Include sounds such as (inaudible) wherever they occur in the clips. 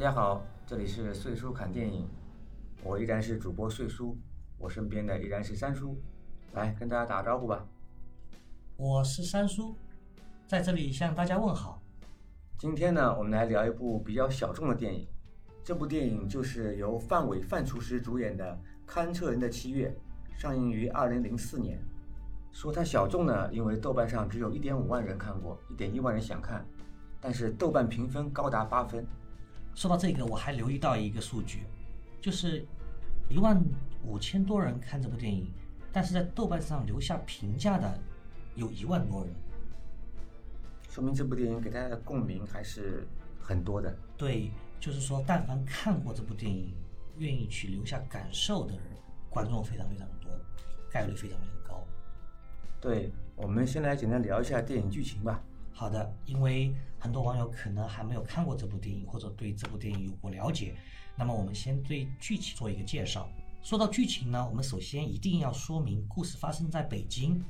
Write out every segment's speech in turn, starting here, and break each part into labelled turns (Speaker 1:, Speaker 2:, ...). Speaker 1: 家好，这里是岁叔侃电影，我依然是主播岁叔，我身边的依然是三叔，来跟大家打个招呼吧。
Speaker 2: 我是三叔，在这里向大家问好。
Speaker 1: 今天呢，我们来聊一部比较小众的电影，这部电影就是由范伟范厨师主演的《堪车人的七月》，上映于二零零四年。说它小众呢，因为豆瓣上只有一点五万人看过，一点一万人想看，但是豆瓣评分高达八分。
Speaker 2: 说到这个，我还留意到一个数据，就是一万五千多人看这部电影，但是在豆瓣上留下评价的有一万多人。
Speaker 1: 说明这部电影给大家的共鸣还是很多的。
Speaker 2: 对，就是说，但凡看过这部电影，愿意去留下感受的人，观众非常非常多，概率非常非常高。
Speaker 1: 对，我们先来简单聊一下电影剧情吧。
Speaker 2: 好的，因为很多网友可能还没有看过这部电影，或者对这部电影有过了解，那么我们先对剧情做一个介绍。说到剧情呢，我们首先一定要说明故事发生在北京。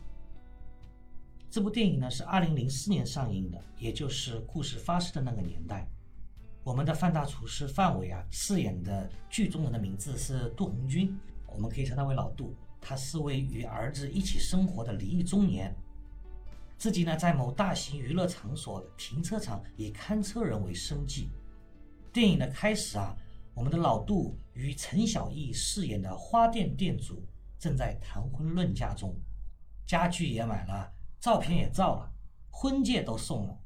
Speaker 2: 这部电影呢是二零零四年上映的，也就是故事发生的那个年代。我们的范大厨师范伟啊，饰演的剧中人的名字是杜红军，我们可以称他为老杜。他是位与儿子一起生活的离异中年，自己呢在某大型娱乐场所停车场以看车人为生计。电影的开始啊，我们的老杜与陈小艺饰演的花店店主正在谈婚论嫁中，家具也买了，照片也照了，婚戒都送了。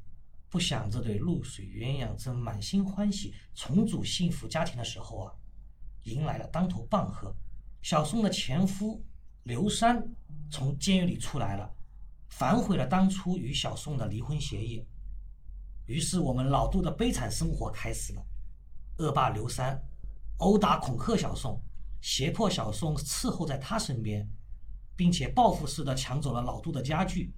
Speaker 2: 不想这对露水鸳鸯正满心欢喜重组幸福家庭的时候啊，迎来了当头棒喝。小宋的前夫刘三从监狱里出来了，反悔了当初与小宋的离婚协议。于是我们老杜的悲惨生活开始了。恶霸刘三殴打恐吓小宋，胁迫小宋伺候在他身边，并且报复式的抢走了老杜的家具，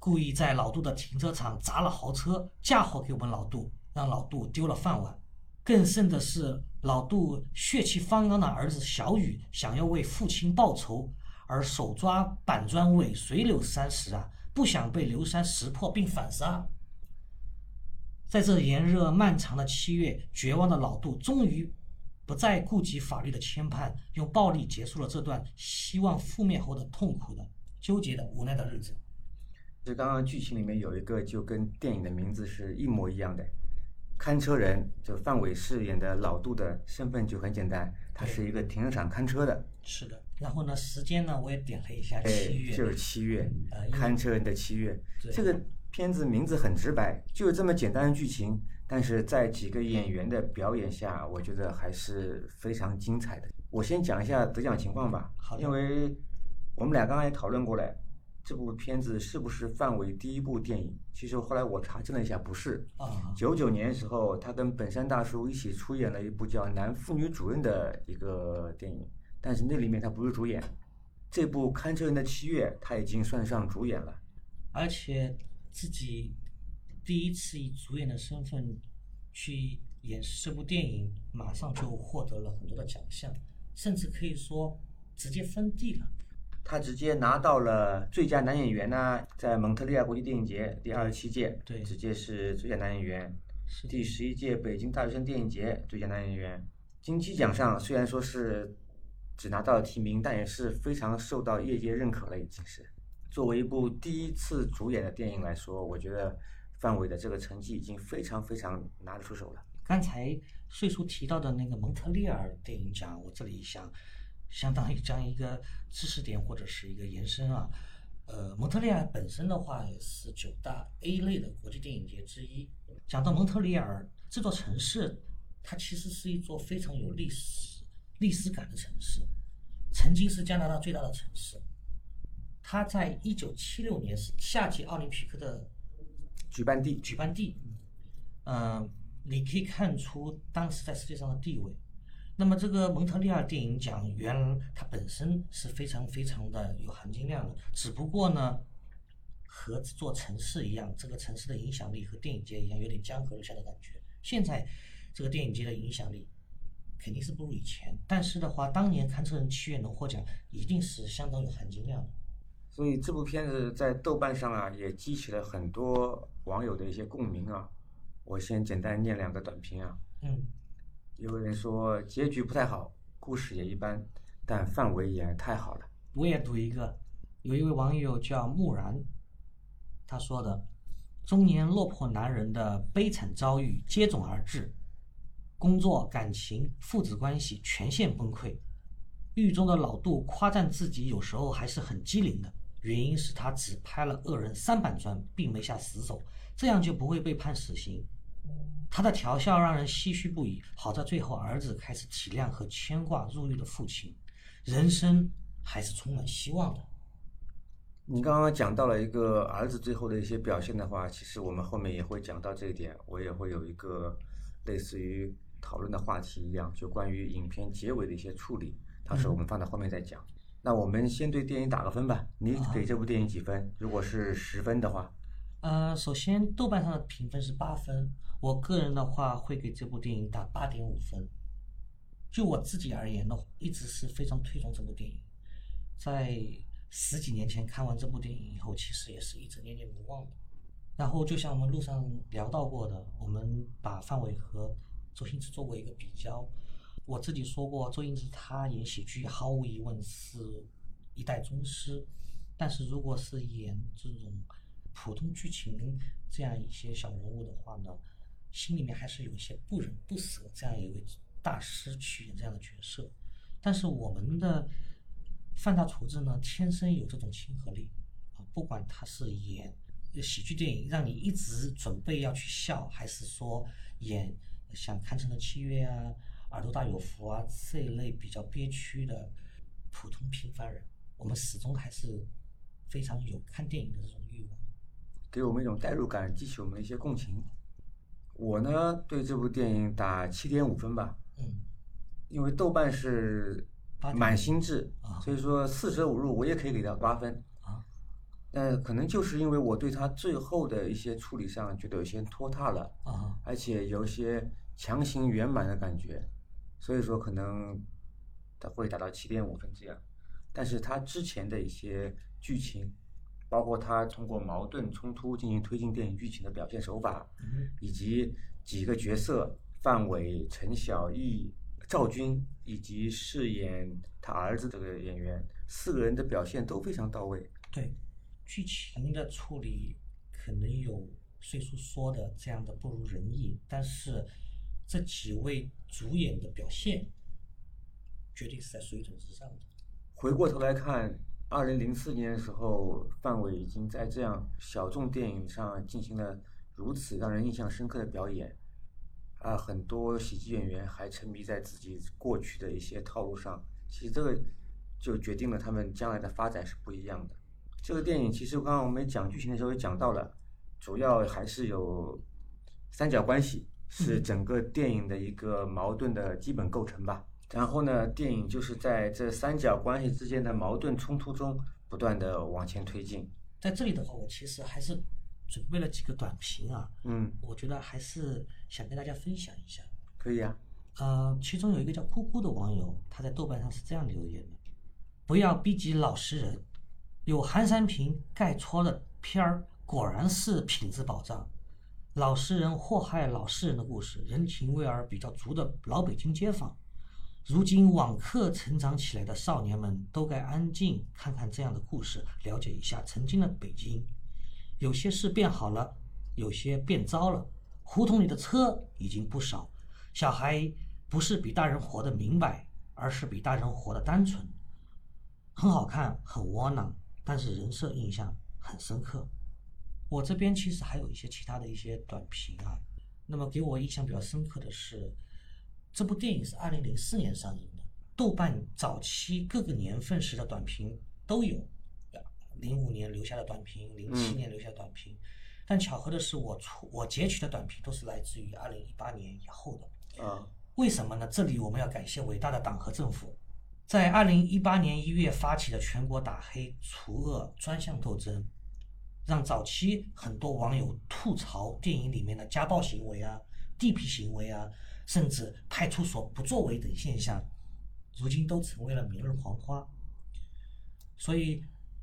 Speaker 2: 故意在老杜的停车场砸了豪车，嫁祸给我们老杜，让老杜丢了饭碗。更甚的是，老杜血气方刚的儿子小雨想要为父亲报仇，而手抓板砖尾随刘三时啊，不想被刘三识破并反杀。在这炎热漫长的七月，绝望的老杜终于不再顾及法律的牵绊，用暴力结束了这段希望覆灭后的痛苦的、纠结的、无奈的日子。
Speaker 1: 就刚刚剧情里面有一个就跟电影的名字是一模一样的，看车人就范伟饰演的老杜的身份就很简单，他是一个停车场看车的，
Speaker 2: 是的，然后呢，时间呢，我也点了一下七月，
Speaker 1: 哎就是七月
Speaker 2: 呃因为
Speaker 1: 看车人的七月
Speaker 2: 对。
Speaker 1: 这个片子名字很直白，就是这么简单的剧情，但是在几个演员的表演下，我觉得还是非常精彩的。我先讲一下得奖情况吧，
Speaker 2: 好的
Speaker 1: 因为我们俩刚刚也讨论过了，这部片子是不是范伟第一部电影？其实后来我查证了一下，不是。
Speaker 2: 啊，
Speaker 1: 九九年的时候，他跟本山大叔一起出演了一部叫《男妇女主任》的一个电影，但是那里面他不是主演。这部《堪车人的七月》他已经算上主演了，
Speaker 2: 而且自己第一次以主演的身份去演示这部电影，马上就获得了很多的奖项，甚至可以说直接封帝了。
Speaker 1: 他直接拿到了最佳男演员呐、在蒙特利尔国际电影节第二十七届，
Speaker 2: 对
Speaker 1: 直接是最佳男演员。
Speaker 2: 是
Speaker 1: 第十一届北京大学生电影节最佳男演员。金鸡奖上虽然说是只拿到了提名，但也是非常受到业界认可了，已经是。作为一部第一次主演的电影来说，我觉得范伟的这个成绩已经非常非常拿得出手了。
Speaker 2: 刚才岁数提到的那个蒙特利尔电影奖，我这里想相当于将一个知识点或者是一个延伸啊。呃，蒙特利尔本身的话也是九大 A 类的国际电影节之一。讲到蒙特利尔这座城市，它其实是一座非常有历史历史感的城市，曾经是加拿大最大的城市。它在一九七六年是夏季奥林匹克的
Speaker 1: 举办地
Speaker 2: 举办地，嗯，你可以看出当时在世界上的地位。那么这个蒙特利尔电影奖原它本身是非常非常的有含金量的，只不过呢，和这座城市一样，这个城市的影响力和电影节一样，有点江河日下的感觉。现在这个电影节的影响力肯定是不如以前，但是的话，当年《堪车人七月》能获奖，一定是相当有含金量的。
Speaker 1: 所以这部片子在豆瓣上啊，也激起了很多网友的一些共鸣啊。我先简单念两个短评啊。
Speaker 2: 嗯，
Speaker 1: 有人说结局不太好，故事也一般，但范围也太好了。
Speaker 2: 我也读一个，有一位网友叫木然，他说的：中年落魄男人的悲惨遭遇接踵而至，工作、感情、父子关系全线崩溃。狱中的老杜夸赞自己有时候还是很机灵的，原因是他只拍了恶人三板砖，并没下死手，这样就不会被判死刑。他的调笑让人唏嘘不已。好在最后儿子开始体谅和牵挂入狱的父亲，人生还是充满希望的。
Speaker 1: 你刚刚讲到了一个儿子最后的一些表现的话，其实我们后面也会讲到这一点，我也会有一个类似于讨论的话题一样，就关于影片结尾的一些处理，到时候我们放到后面再讲。那我们先对电影打个分吧，你给这部电影几分？如果是十分的话，
Speaker 2: 呃，首先豆瓣上的评分是八分，我个人的话会给这部电影打八点五分。就我自己而言呢，一直是非常推崇这部电影，在十几年前看完这部电影以后，其实也是一直念念不忘的。然后就像我们路上聊到过的，我们把范伟和周星驰做过一个比较。我自己说过，周星驰他演喜剧毫无疑问是一代宗师，但是如果是演这种普通剧情这样一些小人物的话呢，心里面还是有一些不忍不舍。这样一位大师去演这样的角色，但是我们的范大厨子呢，天生有这种亲和力啊，不管他是演喜剧电影，让你一直准备要去笑，还是说演像《堪称的契约》啊。耳朵大有福啊这一类比较憋屈的普通平凡人，我们始终还是非常有看电影的这种欲望。
Speaker 1: 给我们一种代入感，激起我们一些共情。我呢对这部电影打七点五分吧，
Speaker 2: 嗯，
Speaker 1: 因为豆瓣是
Speaker 2: 8.5
Speaker 1: 满星制
Speaker 2: 啊，
Speaker 1: 所以说四舍五入我也可以给到八分。
Speaker 2: 啊，
Speaker 1: 但可能就是因为我对它最后的一些处理上觉得有些拖沓了，
Speaker 2: 啊，
Speaker 1: 而且有一些强行圆满的感觉，所以说可能它会达到七点五分这样。但是它之前的一些剧情，包括它通过矛盾冲突进行推进电影剧情的表现手法，
Speaker 2: 嗯，
Speaker 1: 以及几个角色范伟、陈晓、易、赵军以及饰演他儿子这个演员，四个人的表现都非常到位。
Speaker 2: 对，剧情的处理可能有岁数说的这样的不如人意，但是这几位主演的表现绝对是在水准之上的。
Speaker 1: 回过头来看，二零零四年的时候，范伟已经在这样小众电影上进行了如此让人印象深刻的表演，啊，很多喜剧演员还沉迷在自己过去的一些套路上，其实这个就决定了他们将来的发展是不一样的。这个电影其实刚刚我们讲剧情的时候也讲到了，主要还是有三角关系是整个电影的一个矛盾的基本构成吧。然后呢，电影就是在这三角关系之间的矛盾冲突中不断的往前推进。
Speaker 2: 在这里的话，我其实还是准备了几个短评啊，
Speaker 1: 嗯，
Speaker 2: 我觉得还是想跟大家分享一下。
Speaker 1: 可以啊。
Speaker 2: 呃，其中有一个叫“咕咕”的网友，他在豆瓣上是这样留言的：“不要逼急老实人，有韩三平盖戳的片儿，果然是品质保障。老实人祸害老实人的故事，人情味儿比较足的老北京街坊，如今网课成长起来的少年们，都该安静看看这样的故事，了解一下曾经的北京。有些事变好了，有些变糟了。胡同里的车已经不少，小孩不是比大人活得明白，而是比大人活得单纯。很好看，很窝囊，但是人设印象很深刻。我这边其实还有一些其他的一些短评啊。那么给我印象比较深刻的是，这部电影是二零零四年上映的，豆瓣早期各个年份时的短评都有，零五年留下的短评，零七年留下的短评。但巧合的是，我出我截取的短评都是来自于二零一八年以后的。
Speaker 1: 啊，
Speaker 2: 为什么呢？这里我们要感谢伟大的党和政府，在二零一八年一月发起的全国打黑除恶专项斗争，让早期很多网友吐槽电影里面的家暴行为啊、地痞行为啊，甚至派出所不作为等现象，如今都成为了明日黄花。所以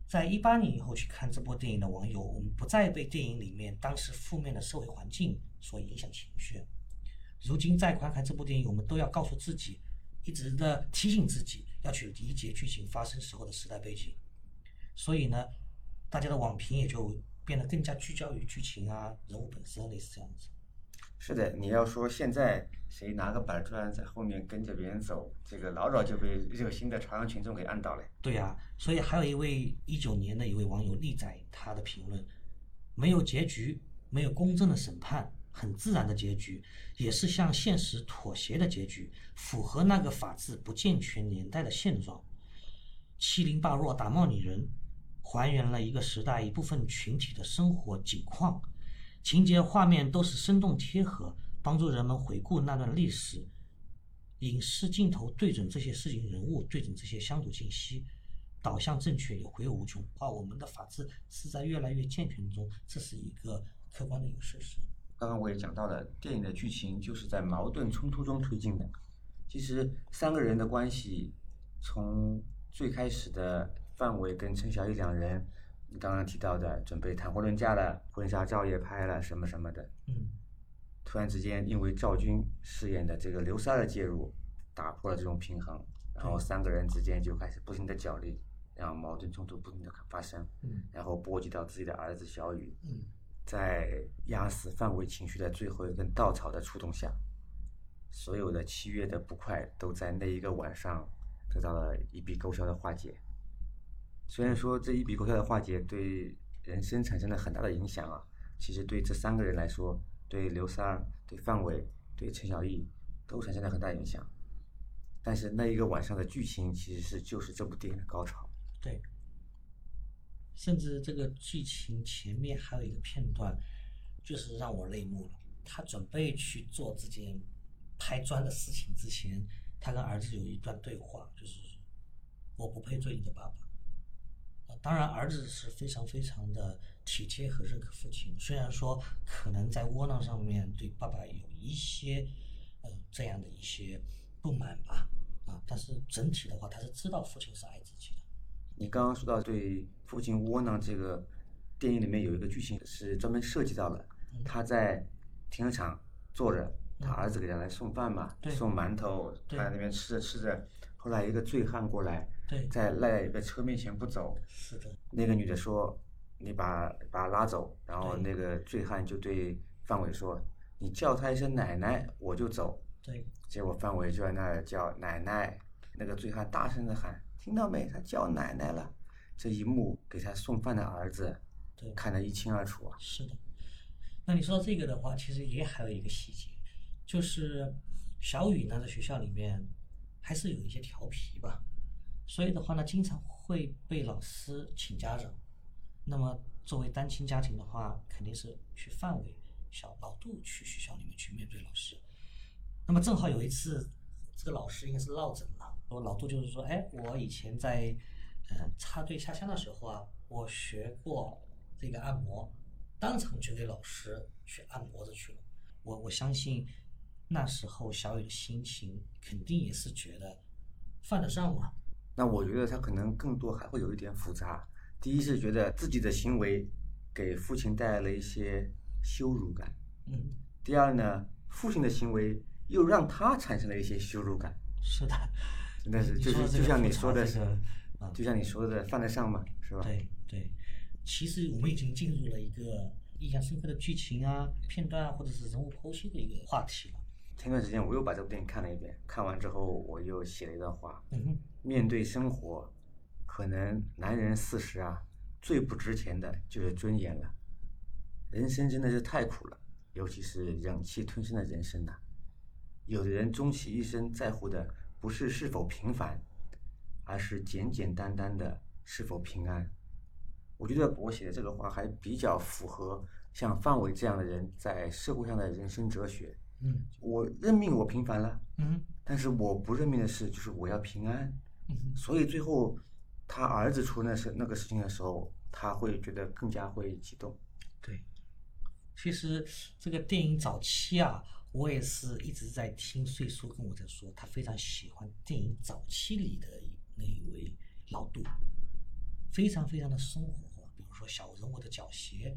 Speaker 2: 在一八年以后去看这部电影的网友，我们不再被电影里面当时负面的社会环境所影响情绪，如今再观看这部电影，我们都要告诉自己，一直的提醒自己要去理解剧情发生时候的时代背景。所以呢，大家的网评也就变得更加聚焦于剧情啊、人物本身，类似这样子。
Speaker 1: 是的，你要说现在谁拿个板砖在后面跟着别人走，这个老早就被热心的朝阳群众给按倒了。
Speaker 2: 对呀、所以还有一位一九年的一位网友力仔，他的评论：没有结局，没有公正的审判，很自然的结局，也是向现实妥协的结局，符合那个法治不健全年代的现状。欺凌霸弱、打骂女人，还原了一个时代一部分群体的生活景况，情节画面都是生动贴合，帮助人们回顾那段历史。影视镜头对准这些事情人物，对准这些乡土信息，导向正确，有回无穷。啊，我们的法治是在越来越健全中，这是一个客观的一个事实。
Speaker 1: 刚刚我也讲到了，电影的剧情就是在矛盾冲突中推进的。其实三个人的关系，从最开始的范伟跟陈小艺两人，你刚刚提到的准备谈婚论嫁了，婚纱照也拍了，什么什么的，
Speaker 2: 嗯，
Speaker 1: 突然之间因为赵军饰演的这个刘莎的介入，打破了这种平衡，然后
Speaker 2: 对
Speaker 1: 三个人之间就开始不停的角力，然后矛盾冲突不停的发生，
Speaker 2: 嗯
Speaker 1: 然后波及到自己的儿子小雨，
Speaker 2: 嗯，
Speaker 1: 在压死范围情绪的最后一根稻草的触动下，所有的七月的不快都在那一个晚上得到了一笔勾销的化解。虽然说这一笔勾销的化解对人生产生了很大的影响啊，其实对这三个人来说，对刘三儿、对范伟、对陈小艺都产生了很大影响。但是那一个晚上的剧情其实是就是这部电影的高潮。
Speaker 2: 对。甚至这个剧情前面还有一个片段，就是让我泪目了。他准备去做这件拍砖的事情之前，他跟儿子有一段对话，就是我不配做你的爸爸。呃当然，儿子是非常非常的体贴和认可父亲，虽然说可能在窝囊上面对爸爸有一些，呃，这样的一些不满吧，啊，但是整体的话，他是知道父亲是爱自己的。
Speaker 1: 你刚刚说到对父亲窝囊这个电影里面有一个剧情是专门涉及到的，
Speaker 2: 嗯
Speaker 1: 他在停车场坐着，他
Speaker 2: 嗯
Speaker 1: 儿子给他来送饭嘛，
Speaker 2: 对
Speaker 1: 送馒头，他
Speaker 2: 对
Speaker 1: 在那边吃着吃着，后来一个醉汉过来，
Speaker 2: 对，
Speaker 1: 在赖在一个车面前不走，
Speaker 2: 是的，
Speaker 1: 那个女的说：“你把把他拉走。”然后
Speaker 2: 对
Speaker 1: 那个醉汉就对范伟说：“你叫他一声奶奶，我就走。”
Speaker 2: 对，
Speaker 1: 结果范伟就在那儿叫奶奶，那个醉汉大声的喊：“听到没？他叫奶奶了！”这一幕给他送饭的儿子
Speaker 2: 对
Speaker 1: 看得一清二楚啊。
Speaker 2: 是的。那你说到这个的话，其实也还有一个细节，就是小雨呢在学校里面还是有一些调皮吧，所以的话呢，经常会被老师请家长。那么作为单亲家庭的话，肯定是去范围小老杜去学校里面去面对老师。那么正好有一次，这个老师应该是落枕了，我老杜就是说，哎，我以前在呃插队下乡的时候啊，我学过这个按摩，当场就给老师去按摩着去了。我我相信那时候小雨的心情肯定也是觉得犯得上嘛，
Speaker 1: 那我觉得他可能更多还会有一点复杂。第一是觉得自己的行为给父亲带来了一些羞辱感；
Speaker 2: 嗯，
Speaker 1: 第二呢，父亲的行为又让他产生了一些羞辱感。
Speaker 2: 是
Speaker 1: (laughs)
Speaker 2: 的，
Speaker 1: 真的是，
Speaker 2: 你
Speaker 1: 就是
Speaker 2: 说的这
Speaker 1: 就
Speaker 2: 个
Speaker 1: 像
Speaker 2: 复
Speaker 1: 你
Speaker 2: 杂
Speaker 1: 说的
Speaker 2: 这
Speaker 1: 是
Speaker 2: 个啊，
Speaker 1: 就像你说的，犯得上嘛，是吧？
Speaker 2: 对对，其实我们已经进入了一个印象深刻的剧情啊、片段啊，或者是人物剖析的一个话题了。
Speaker 1: 前段时间我又把这部电影看了一遍，看完之后我又写了一段话，
Speaker 2: 嗯哼，
Speaker 1: 面对生活，可能男人四十啊，最不值钱的就是尊严了。人生真的是太苦了，尤其是忍气吞声的人生呐、有的人终其一生在乎的不是是否平凡，而是简简单单的是否平安。我觉得我写的这个话还比较符合像范伟这样的人在社会上的人生哲学。
Speaker 2: 嗯
Speaker 1: 我认命，我平凡了，
Speaker 2: 嗯哼
Speaker 1: 但是我不认命的事就是我要平安。
Speaker 2: 嗯哼，
Speaker 1: 所以最后他儿子出那事那个事情的时候，他会觉得更加会激动。
Speaker 2: 对。其实这个电影早期啊，我也是一直在听岁叔跟我在说，他非常喜欢电影早期里的那一位老杜，非常非常的生活化，比如说小人物的狡黠，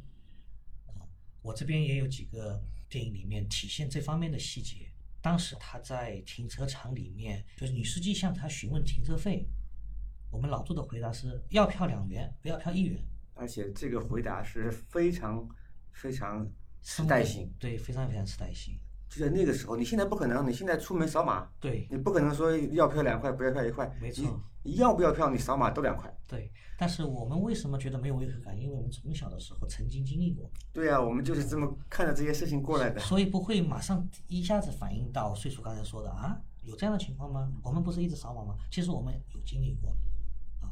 Speaker 2: 啊，我这边也有几个电影里面体现这方面的细节，当时他在停车场里面，就是女司机向他询问停车费，我们老杜的回答是要票两元，不要票一元。
Speaker 1: 而且这个回答是非常非常时代性，
Speaker 2: 对，非常非常时代性。
Speaker 1: 就在那个时候，你现在不可能，你现在出门扫码，
Speaker 2: 对
Speaker 1: 你不可能说要票两块，不要票一块，
Speaker 2: 没错
Speaker 1: 你，你要不要票，你扫码都两块。
Speaker 2: 对，但是我们为什么觉得没有违和感？因为我们从小的时候曾经经历过，
Speaker 1: 对啊，我们就是这么看着这些事情过来的。
Speaker 2: 所以不会马上一下子反应到岁数刚才说的啊，有这样的情况吗？我们不是一直扫码吗？其实我们有经历过啊。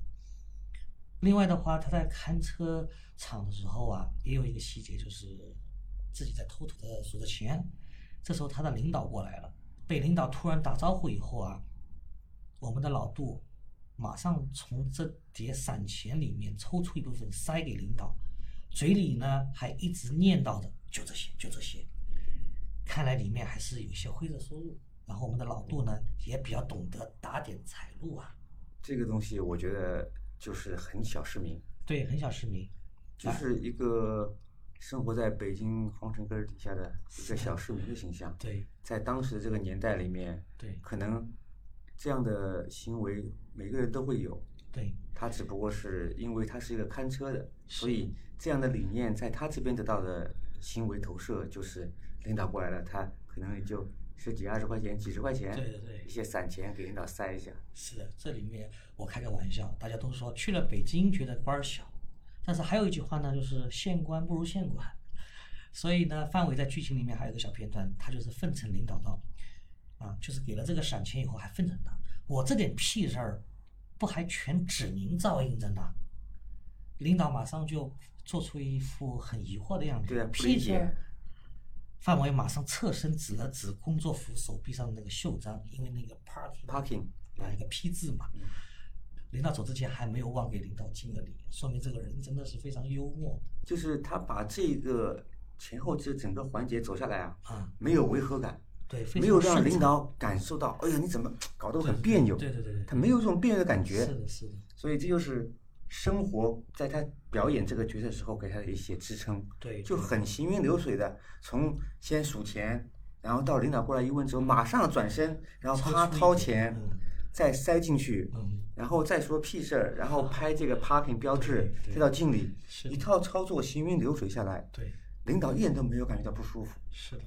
Speaker 2: 另外的话，他在看车场的时候啊，也有一个细节，就是自己在偷偷的数着钱。这时候他的领导过来了，被领导突然打招呼以后啊，我们的老杜马上从这叠散钱里面抽出一部分塞给领导，嘴里呢还一直念叨着就这些就这些，看来里面还是有些灰色收入。然后我们的老杜呢也比较懂得打点财路啊，
Speaker 1: (laughs) 这个东西我觉得就是很小市民，
Speaker 2: 对，很小市民，哎
Speaker 1: 就是一个生活在北京皇城根儿底下的一个小市民的形象。
Speaker 2: 对
Speaker 1: 在当时这个年代里面，
Speaker 2: 对
Speaker 1: 可能这样的行为每个人都会有，
Speaker 2: 对
Speaker 1: 他只不过是因为他是一个看车的，所以这样的理念在他这边得到的行为投射就是领导过来了，他可能也就十几二十块钱、几十块钱，
Speaker 2: 对对对
Speaker 1: 一些散钱给领导塞一下。
Speaker 2: 是的，这里面我开个玩笑，大家都说去了北京觉得官儿小，但是还有一句话呢，就是县官不如县管。所以呢，范伟在剧情里面还有一个小片段，他就是奉承领导到，啊，就是给了这个赏钱以后还奉承他，我这点屁事儿，不还全指名照应着呢？领导马上就做出一副很疑惑的样子，
Speaker 1: 对啊不理
Speaker 2: 屁事
Speaker 1: 解
Speaker 2: 儿。范伟马上侧身指了指工作服手臂上的那个袖章，因为那个 party
Speaker 1: Parking，
Speaker 2: 打啊一个 P 字嘛。
Speaker 1: 嗯
Speaker 2: 领导走之前还没有忘给领导敬个礼，说明这个人真的是非常幽默
Speaker 1: 就是他把这个前后这整个环节走下来啊，
Speaker 2: 啊，
Speaker 1: 没有违和感，
Speaker 2: 对，非常
Speaker 1: 没有让
Speaker 2: 顺
Speaker 1: 领
Speaker 2: 畅
Speaker 1: 导感受到，哎呀，你怎么搞得我很别扭？
Speaker 2: 对对对对，
Speaker 1: 他没有这种别扭的感觉。
Speaker 2: 是的，是的，
Speaker 1: 所以这就是生活在他表演这个角色时候给他的一些支撑，
Speaker 2: 对，
Speaker 1: 就很行云流水的，从先数钱，然后到领导过来一问之后，马上转身，然后啪
Speaker 2: 超出一
Speaker 1: 掏
Speaker 2: 点
Speaker 1: 钱
Speaker 2: 嗯，
Speaker 1: 再塞进去，
Speaker 2: 嗯，
Speaker 1: 然后再说屁事儿，然后拍这个 parking 标志，
Speaker 2: 对
Speaker 1: 再到敬礼，
Speaker 2: 是
Speaker 1: 一套操作行云流水下来，
Speaker 2: 对，
Speaker 1: 领导一点都没有感觉到不舒服。
Speaker 2: 是的。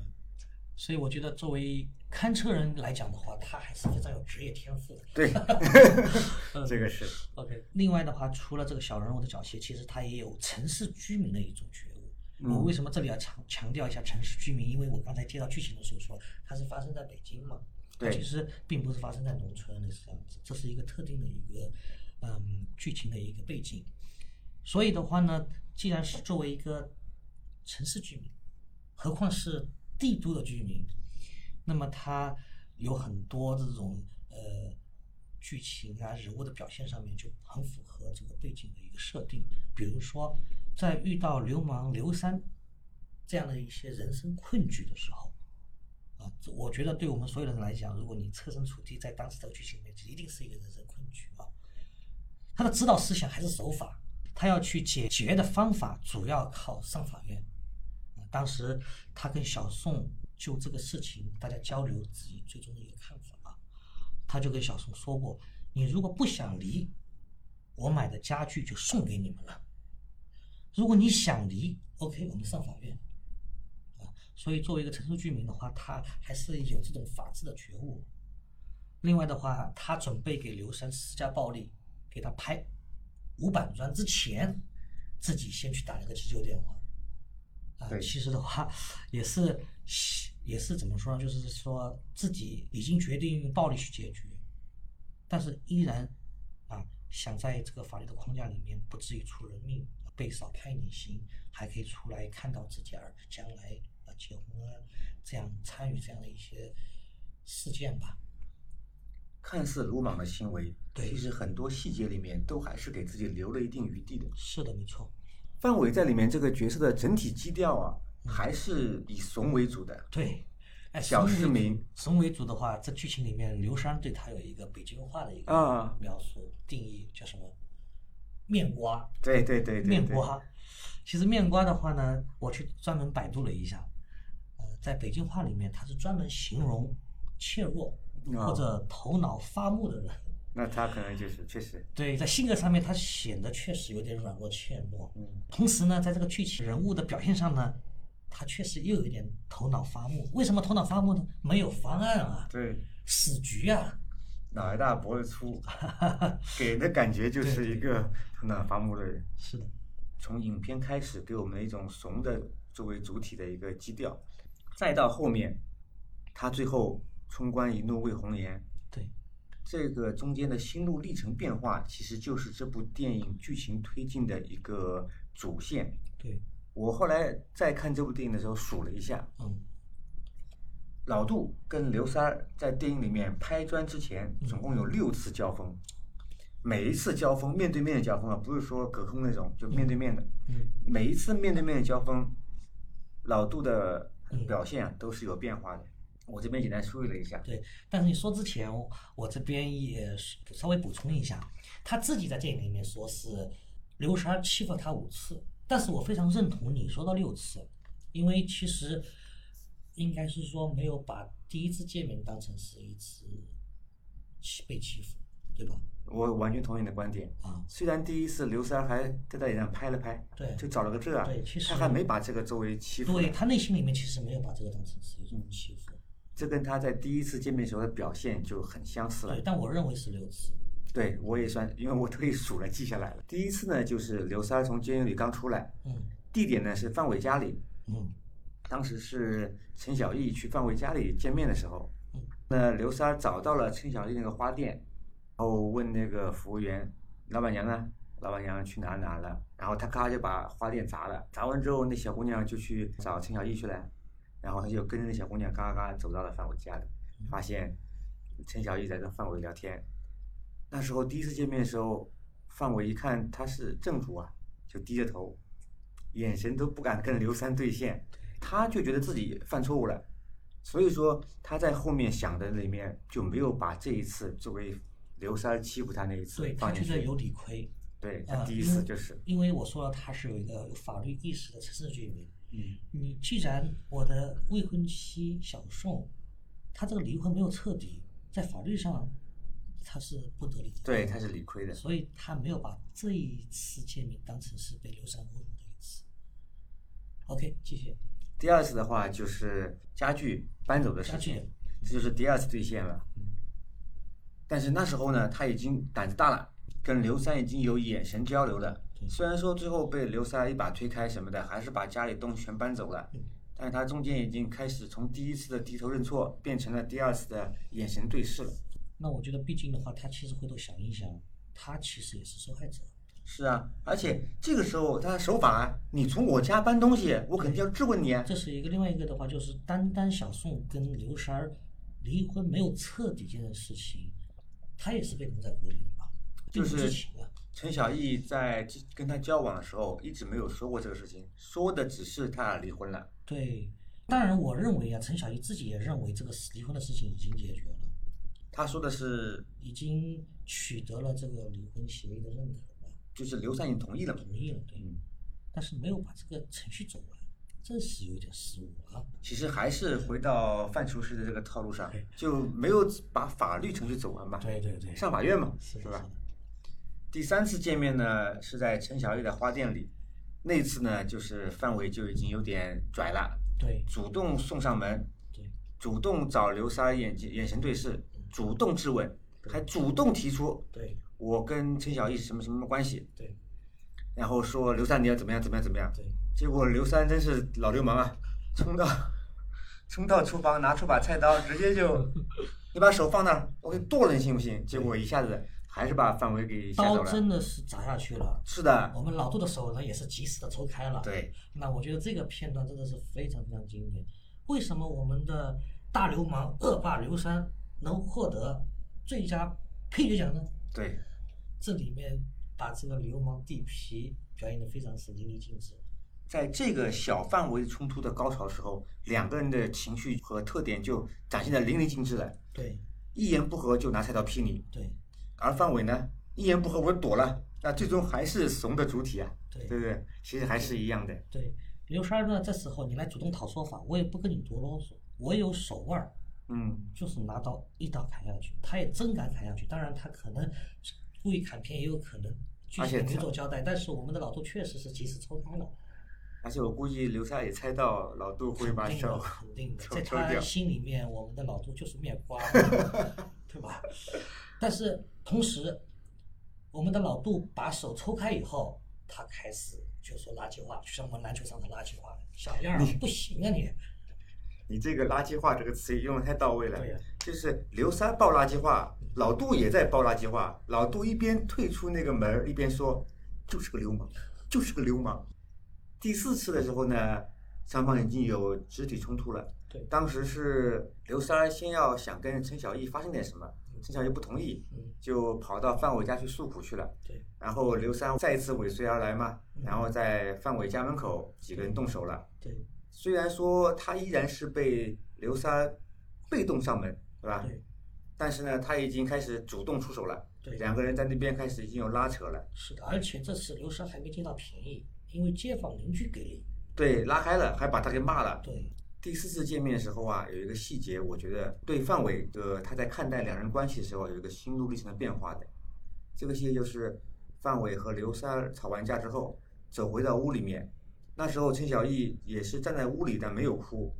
Speaker 2: 所以我觉得，作为看车人来讲的话，他还是非常有职业天赋的。 (laughs) 呃
Speaker 1: 对，这个是
Speaker 2: OK，另外的话，除了这个小人物的缴械，其实他也有城市居民的一种觉悟。我为什么这里要强强调一下城市居民？因为我刚才介绍剧情的时候说，它是发生在北京嘛，它
Speaker 1: 对
Speaker 2: 其实并不是发生在农村的是这样子，这是一个特定的一个嗯剧情的一个背景。所以的话呢，既然是作为一个城市居民，何况是帝都的居民，那么他有很多这种呃剧情啊人物的表现上面就很符合这个背景的一个设定。比如说，在遇到流氓刘三这样的一些人生困局的时候，啊，这我觉得对我们所有人来讲，如果你设身处地在当时的剧情里面，这一定是一个人生困局啊。他的指导思想还是手法，他要去解决的方法主要靠上法院。啊当时他跟小宋就这个事情大家交流自己最终的一个看法啊，他就跟小宋说过，你如果不想离，我买的家具就送给你们了；如果你想离，OK，我们上法院。啊，所以作为一个城市居民的话，他还是有这种法治的觉悟。另外的话，他准备给刘三施加暴力，给他拍五板砖之前，自己先去打了个急救电话。啊，
Speaker 1: 对
Speaker 2: 其实的话也是也是怎么说呢？就是说自己已经决定用暴力去解决，但是依然啊想在这个法律的框架里面不至于出人命，被少判你刑，还可以出来看到自己儿子将来啊结婚啊，这样参与这样的一些事件吧。
Speaker 1: 看似鲁莽的行为，
Speaker 2: 对
Speaker 1: 其实很多细节里面都还是给自己留了一定余地的。
Speaker 2: 是的，没错，
Speaker 1: 范伟在里面这个角色的整体基调啊，还是以怂为主的。
Speaker 2: 对。哎，
Speaker 1: 小
Speaker 2: 神
Speaker 1: 市
Speaker 2: 为
Speaker 1: 民
Speaker 2: 主，神为主的话，在剧情里面，刘三对他有一个北京话的一个
Speaker 1: 啊
Speaker 2: 描述、定义，叫什么？面瓜，
Speaker 1: 对对对对，
Speaker 2: 面
Speaker 1: 对。
Speaker 2: 瓜。其实面瓜的话呢，我去专门百度了一下，呃，在北京话里面，它是专门形容怯弱
Speaker 1: 啊
Speaker 2: 或者头脑发木的人。
Speaker 1: 那他可能就是确实，
Speaker 2: 对，在性格上面，他显得确实有点软弱怯弱。
Speaker 1: 嗯，
Speaker 2: 同时呢，在这个剧情人物的表现上呢，他确实又有一点头脑发木。为什么头脑发木呢？没有方案啊，
Speaker 1: 对，
Speaker 2: 死局啊。
Speaker 1: 脑袋大脖子
Speaker 2: (laughs)
Speaker 1: 粗，给人的感觉就是一个头脑发木的人。
Speaker 2: 是的，
Speaker 1: 从影片开始给我们一种怂的作为主体的一个基调，再到后面，他最后冲冠一怒为红颜，
Speaker 2: 对，
Speaker 1: 这个中间的心路历程变化，其实就是这部电影剧情推进的一个主线。
Speaker 2: 对，
Speaker 1: 我后来在看这部电影的时候数了一下，
Speaker 2: 嗯，
Speaker 1: 老杜跟刘三儿在电影里面拍砖之前，
Speaker 2: 嗯
Speaker 1: 总共有六次交锋，每一次交锋面对面的交锋啊，不是说隔空那种，就面对面的。
Speaker 2: 嗯，
Speaker 1: 每一次面对面的交锋，老杜的
Speaker 2: 嗯
Speaker 1: 表现啊都是有变化的。我这边简单梳理了一下，
Speaker 2: 对。但是你说之前，我我这边也是稍微补充一下，他自己在电影里面说是刘十二欺负了他五次，但是我非常认同你说到六次，因为其实应该是说没有把第一次见面当成是一次欺被欺负，对吧？
Speaker 1: 我完全同意你的观点。
Speaker 2: 啊，
Speaker 1: 虽然第一次刘三儿还在他脸上拍了拍，
Speaker 2: 对
Speaker 1: 就找了个这啊
Speaker 2: 对其，实
Speaker 1: 他还没把这个作为欺负，
Speaker 2: 对他内心里面其实没有把这个当成是一
Speaker 1: 嗯
Speaker 2: 种欺负，
Speaker 1: 这跟他在第一次见面时候的表现就很相似了
Speaker 2: 对。。但我认为是六次，
Speaker 1: 对我也算，因为我特意数了记下来了。第一次呢，就是刘三儿从监狱里刚出来，
Speaker 2: 嗯
Speaker 1: 地点呢是范伟家里，
Speaker 2: 嗯
Speaker 1: 当时是陈小艺去范伟家里见面的时候
Speaker 2: 嗯，
Speaker 1: 那刘三儿找到了陈小艺那个花店，然后问那个服务员：“老板娘呢？”老板娘去哪儿哪儿了？然后他咔就把花店砸了，砸完之后，那小姑娘就去找陈小艺去了，然后他就跟着那小姑娘嘎嘎走到了范伟家里，
Speaker 2: 嗯
Speaker 1: 发现陈小艺在跟范伟聊天。那时候第一次见面的时候，范伟一看他是正主啊，就低着头，眼神都不敢跟刘三对线，他就觉得自己犯错误了，所以说他在后面想的里面就没有把这一次作为刘三欺负他那一次
Speaker 2: 对他
Speaker 1: 放进
Speaker 2: 觉得
Speaker 1: 去
Speaker 2: 有，理亏，
Speaker 1: 对他
Speaker 2: 啊，
Speaker 1: 第一
Speaker 2: 因
Speaker 1: 次
Speaker 2: 为
Speaker 1: 就是，
Speaker 2: 因为我说了他是有一个有法律意识的城市居民，
Speaker 1: 嗯，
Speaker 2: 你既然我的未婚妻小宋，她这个离婚没有彻底，在法律上她是不得理的，
Speaker 1: 对，他是理亏的，
Speaker 2: 所以她没有把这一次见面当成是被刘三侮辱的一次。OK，继续，
Speaker 1: 第二次的话就是家具搬走的事
Speaker 2: 家
Speaker 1: 情，
Speaker 2: 具，
Speaker 1: 这就是第二次兑现了。
Speaker 2: 嗯
Speaker 1: 但是那时候呢，他已经胆子大了，跟刘三已经有眼神交流了。
Speaker 2: 对
Speaker 1: 虽然说最后被刘三一把推开什么的，还是把家里东西全搬走了
Speaker 2: 嗯，
Speaker 1: 但是他中间已经开始从第一次的低头认错，变成了第二次的眼神对视了。
Speaker 2: 那我觉得毕竟的话，她其实回头想一想，她其实也是受害者。
Speaker 1: 是啊，而且这个时候他的手法啊，你从我家搬东西，我肯定要质问你啊。
Speaker 2: 这是一个另外一个的话，就是单单小宋跟刘十儿离婚没有彻底这件事情，她也是被蒙在鼓里的吧？
Speaker 1: 就是
Speaker 2: 并不知情啊。
Speaker 1: 陈小艺在之跟他交往的时候，一直没有说过这个事情，说的只是他俩离婚了。
Speaker 2: 对，当然我认为啊，陈小艺自己也认为这个离婚的事情已经解决了，
Speaker 1: 他说的是，
Speaker 2: 已经取得了这个离婚协议的认可了，
Speaker 1: 就是刘三已经同意了嘛。
Speaker 2: 同意了，对
Speaker 1: 嗯。
Speaker 2: 但是没有把这个程序走完，这是有点失误了啊。
Speaker 1: 其实还是回到范厨师的这个套路上
Speaker 2: 对，
Speaker 1: 就没有把法律程序走完嘛，
Speaker 2: 对对对
Speaker 1: 上法院嘛，
Speaker 2: 是的，
Speaker 1: 对
Speaker 2: 是
Speaker 1: 吧
Speaker 2: 的？
Speaker 1: 第三次见面呢是在陈小艺的花店里，那次呢就是范伟就已经有点拽了，
Speaker 2: 对
Speaker 1: 主动送上门，
Speaker 2: 对嗯
Speaker 1: 主动找刘三儿眼睛眼神对视，主动质问，还主动提出
Speaker 2: 对
Speaker 1: 我跟陈小艺是什么什么关系，
Speaker 2: 对
Speaker 1: 然后说刘三你要怎么样怎么样怎么样，
Speaker 2: 对，
Speaker 1: 结果刘三真是老流氓啊，冲到冲到厨房拿出把菜刀，直接就你把手放那儿，我给你剁了你行不行？结果一下子还是把范伟给吓走
Speaker 2: 刀
Speaker 1: 了。
Speaker 2: 真的是砸下去了。
Speaker 1: 是的，
Speaker 2: 我们老杜的手呢也是及时的抽开了。，
Speaker 1: 对，
Speaker 2: 那我觉得这个片段真的是非常非常经典。为什么我们的大流氓恶霸刘三能获得最佳配角奖呢？
Speaker 1: 对，
Speaker 2: 这里面把这个流氓地痞表演的非常是淋漓尽致。
Speaker 1: 在这个小范围冲突的高潮时候，两个人的情绪和特点就展现的淋漓尽致了。
Speaker 2: 对
Speaker 1: 一言不合就拿菜刀劈你，
Speaker 2: 对
Speaker 1: 而范伟呢，一言不合我躲了，那最终还是怂的主体啊，
Speaker 2: 对
Speaker 1: 对不对？其实还是一样的。
Speaker 2: 对，刘三儿呢，这时候你来主动讨说法，我也不跟你多啰嗦，我有手腕儿，
Speaker 1: 嗯
Speaker 2: 就是拿刀一刀砍下去，他也真敢砍下去。当然，他可能故意砍偏，也有可能剧
Speaker 1: 而且
Speaker 2: 情没
Speaker 1: 他
Speaker 2: 做交代。但是我们的老杜确实是及时抽开了，
Speaker 1: 而且我估计刘莎也猜到老杜会把
Speaker 2: 肯定的，
Speaker 1: 手， (laughs)
Speaker 2: 肯定的，
Speaker 1: 抽
Speaker 2: 在
Speaker 1: 抽
Speaker 2: 他
Speaker 1: 掉
Speaker 2: 心里面，我们的老杜就是面瓜，
Speaker 1: (laughs)
Speaker 2: 对吧？但是同时，我们的老杜把手抽开以后，他开始就说垃圾话，就像我们篮球场的垃圾话，小样儿不行啊你，
Speaker 1: 你这个“垃圾话”这个词也用的太到位了。
Speaker 2: 对呀、
Speaker 1: 就是刘莎爆垃圾话，老杜也在爆垃圾话。老杜一边退出那个门儿，一边说：“就是个流氓，就是个流氓。”第四次的时候呢，双方已经有肢体冲突了。
Speaker 2: 对
Speaker 1: 当时是刘莎先要想跟陈小艺发生点什么，陈小艺不同意，
Speaker 2: 嗯，
Speaker 1: 就跑到范伟家去诉苦去了。
Speaker 2: 对，
Speaker 1: 然后刘三再一次尾随而来嘛，
Speaker 2: 嗯
Speaker 1: 然后在范伟家门口几个人动手了。
Speaker 2: 对，
Speaker 1: 虽然说他依然是被刘三被动上门，对吧？
Speaker 2: 对，
Speaker 1: 但是呢，他已经开始主动出手了。
Speaker 2: 对。
Speaker 1: 两个人在那边开始已经有拉扯了，
Speaker 2: 是的，而且这次刘莎还没捡到便宜，因为街坊邻居给力。
Speaker 1: 对，拉开了，还把他给骂了。
Speaker 2: 对，
Speaker 1: 第四次见面的时候啊，有一个细节，我觉得对范伟呃他在看待两人关系的时候有一个心路历程的变化的。这个细节就是范伟和刘三吵完架之后，走回到屋里面，那时候陈小艺也是站在屋里，但没有哭。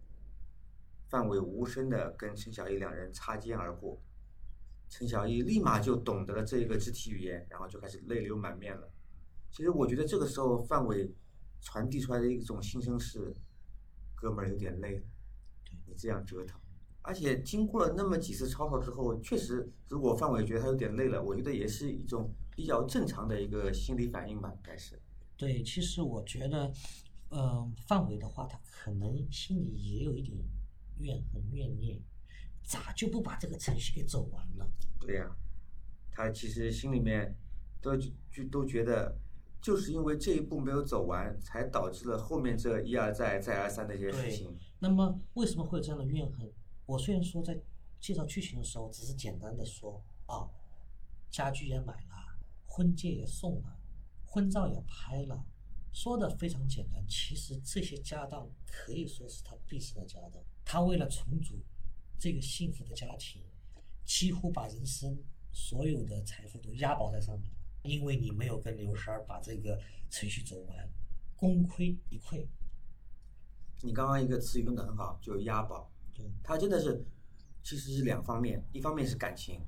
Speaker 1: 范伟无声的跟陈小艺两人擦肩而过，陈小艺立马就懂得了这个肢体语言，然后就开始泪流满面了。其实我觉得这个时候范伟传递出来的一种心声是：哥们儿有点累了，你这样折腾。而且经过了那么几次吵吵之后，确实，如果范伟觉得他有点累了，我觉得也是一种比较正常的一个心理反应吧，应该是。
Speaker 2: 对，其实我觉得，嗯、范伟的话，他可能心里也有一点怨恨怨念，咋就不把这个程序给走完呢？
Speaker 1: 对呀、他其实心里面都就都觉得，就是因为这一步没有走完，才导致了后面这一而再、再而三的一些事
Speaker 2: 对
Speaker 1: 情。
Speaker 2: 那么为什么会有这样的怨恨？我虽然说在介绍剧情的时候，只是简单的说啊，家具也买了，婚戒也送了，婚照也拍了，说的非常简单。其实这些家当可以说是他毕生的家当。他为了重组这个幸福的家庭，几乎把人生所有的财富都押宝在上面。因为你没有跟刘十二把这个程序走完，功亏一篑。
Speaker 1: 你刚刚一个词语用的很好，就押宝。
Speaker 2: 对，
Speaker 1: 他真的是，其实是两方面，一方面是感情，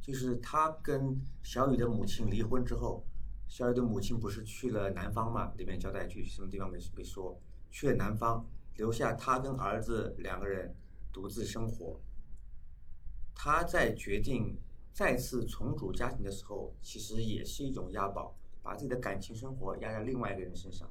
Speaker 1: 就是他跟小雨的母亲离婚之后，小雨的母亲不是去了南方嘛？里面交代去什么地方没没说，去了南方，留下他跟儿子两个人独自生活。他在决定再次重组家庭的时候，其实也是一种押宝，把自己的感情生活压在另外一个人身上。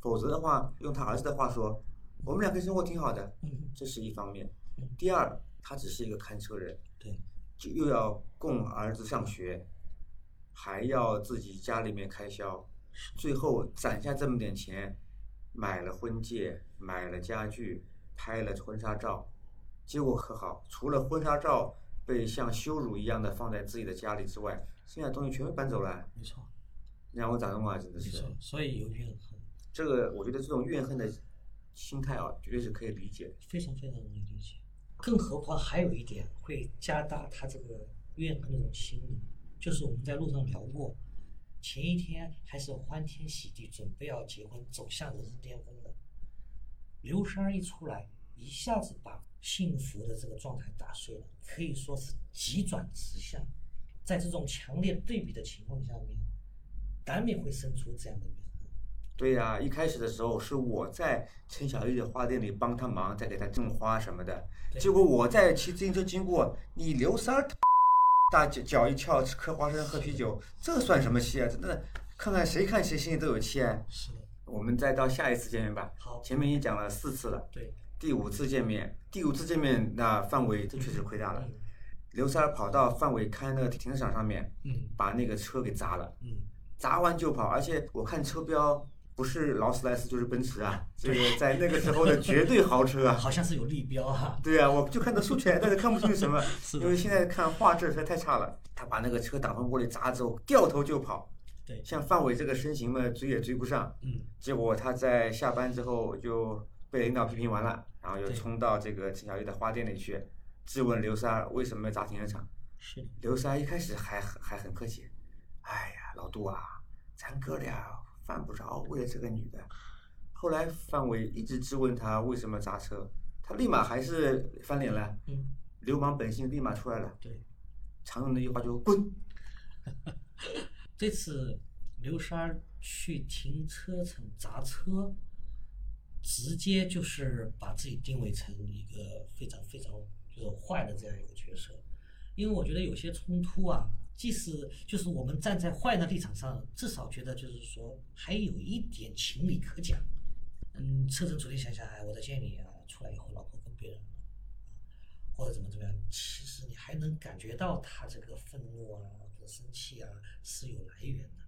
Speaker 1: 否则的话，用他儿子的话说，我们两个生活挺好的，
Speaker 2: 嗯，
Speaker 1: 这是一方面
Speaker 2: 嗯。
Speaker 1: 第二，他只是一个看车人，
Speaker 2: 对。
Speaker 1: 就又要供儿子上学，还要自己家里面开销，最后攒下这么点钱，买了婚戒，买了家具，拍了婚纱照，结果可好？除了婚纱照被像羞辱一样的放在自己的家里之外，剩下的东西全被搬走了，
Speaker 2: 没错，
Speaker 1: 让我咋弄啊？真的
Speaker 2: 没
Speaker 1: 是
Speaker 2: 错，，所以有怨恨，
Speaker 1: 这个我觉得这种怨恨的心态啊，绝对是可以理解的。
Speaker 2: 非常非常能理解。更何况还有一点会加大他这个怨恨那种心理，就是我们在路上聊过，前一天还是欢天喜地准备要结婚，走向人生巅峰的，刘三儿一出来，一下子把幸福的这个状态打碎了，可以说是急转直下。在这种强烈对比的情况下面，难免会生出这样的怨恨。
Speaker 1: 对呀、一开始的时候是我在陈小玉的花店里帮她忙，在给她种花什么的。
Speaker 2: 对
Speaker 1: 结果我在骑自行车经过，你刘三儿大脚脚一翘，吃嗑花生喝啤酒，这算什么戏啊？真的，看看谁看谁心里都有气啊。
Speaker 2: 是的，
Speaker 1: 我们再到下一次见面吧。
Speaker 2: 好，
Speaker 1: 前面已经讲了四次了，
Speaker 2: 对，
Speaker 1: 第五次见面，第五次见面那范伟这确实亏大了。
Speaker 2: 嗯
Speaker 1: 刘三儿跑到范伟开那个停车场上面，
Speaker 2: 嗯
Speaker 1: 把那个车给砸了。
Speaker 2: 嗯。
Speaker 1: 砸完就跑，而且我看车标不是劳斯莱斯就是奔驰
Speaker 2: (laughs)
Speaker 1: 啊，这个在那个时候的绝对豪车啊。
Speaker 2: 好像是有立标哈、
Speaker 1: 对啊，我就看到竖起来，但是看不清是什么，
Speaker 2: (laughs) 是
Speaker 1: 因为现在看画质实在太差了。他把那个车挡风玻璃砸之后，掉头就跑。
Speaker 2: 对
Speaker 1: 像范伟这个身形嘛，追也追不上。
Speaker 2: 嗯，
Speaker 1: 结果他在下班之后就被领导批评完了，然后又
Speaker 2: 对
Speaker 1: 冲到这个陈小玉的花店里去，质问刘三儿为什么要砸停车场。
Speaker 2: 是的，
Speaker 1: 刘三儿一开始还很还很客气，哎呀，老杜啊，咱哥俩犯不着为了这个女的。后来范伟一直质问他为什么砸车，他立马还是翻脸了，
Speaker 2: 嗯，
Speaker 1: 流氓本性立马出来了，
Speaker 2: 对。
Speaker 1: 常用的一句话就是滚。
Speaker 2: 这次刘三儿去停车场砸车，直接就是把自己定位成一个非常非常就是坏的这样一个角色，因为我觉得有些冲突啊，即使就是我们站在坏的立场上，至少觉得就是说还有一点情理可讲。嗯，车臣昨天想想，哎，我在见你啊，出来以后，老婆跟别人了。或者怎么怎么样，其实你还能感觉到他这个愤怒啊或者生气啊是有来源的。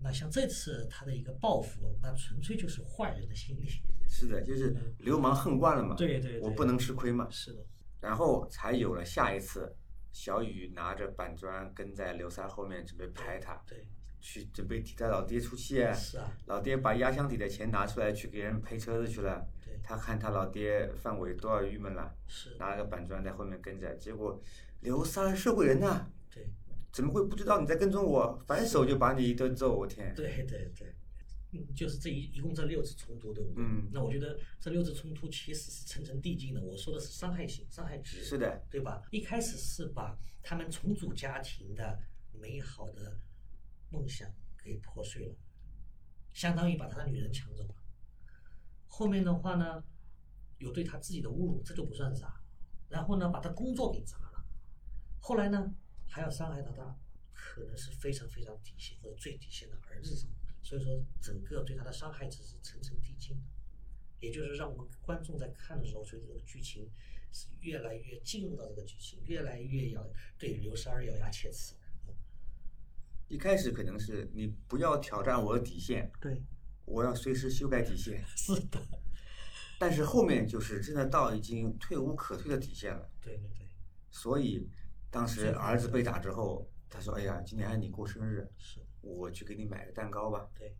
Speaker 2: 那像这次他的一个报复，那纯粹就是坏人的心理。
Speaker 1: 是的，就是流氓恨惯了嘛，
Speaker 2: 嗯对对对
Speaker 1: 我不能吃亏嘛，
Speaker 2: 是的，
Speaker 1: 然后才有了下一次，小雨拿着板砖跟在刘三后面准备拍他，
Speaker 2: 对，
Speaker 1: 去准备替他老爹出气啊。
Speaker 2: 是啊，
Speaker 1: 老爹把压箱底的钱拿出来去给人赔车子去了，
Speaker 2: 对，
Speaker 1: 他看他老爹范伟都要郁闷了，
Speaker 2: 是，
Speaker 1: 拿着板砖在后面跟着，结果刘三是会人呐、
Speaker 2: 对，
Speaker 1: 怎么会不知道你在跟踪我？反手就把你一顿揍，我天！
Speaker 2: 对对对，嗯，就是这一一共这六次冲突，对不对？
Speaker 1: 嗯
Speaker 2: 那我觉得这六次冲突其实是层层递进的。我说的是伤害性、伤害值，
Speaker 1: 是的，
Speaker 2: 对吧？一开始是把他们重组家庭的美好的梦想给破碎了，相当于把他的女人抢走了。后面的话呢，有对他自己的侮辱，这就不算啥。然后呢，把他工作给砸了。后来呢，还要伤害到他，可能是非常非常底线或者最底线的儿子上。所以说，整个对他的伤害只是层层递进的，也就是让我们观众在看的时候，随着这个剧情是越来越进入到这个剧情，越来越咬对刘三儿咬牙切齿。
Speaker 1: 一开始可能是你不要挑战我的底线，
Speaker 2: 对，
Speaker 1: 我要随时修改底线。
Speaker 2: (laughs) 是的，
Speaker 1: 但是后面就是真的到已经退无可退的底线了，
Speaker 2: 对对对，
Speaker 1: 所以当时儿子被打之后，他说：“哎呀，今年你过生日，
Speaker 2: 是，
Speaker 1: 我去给你买个蛋糕吧。
Speaker 2: 对，”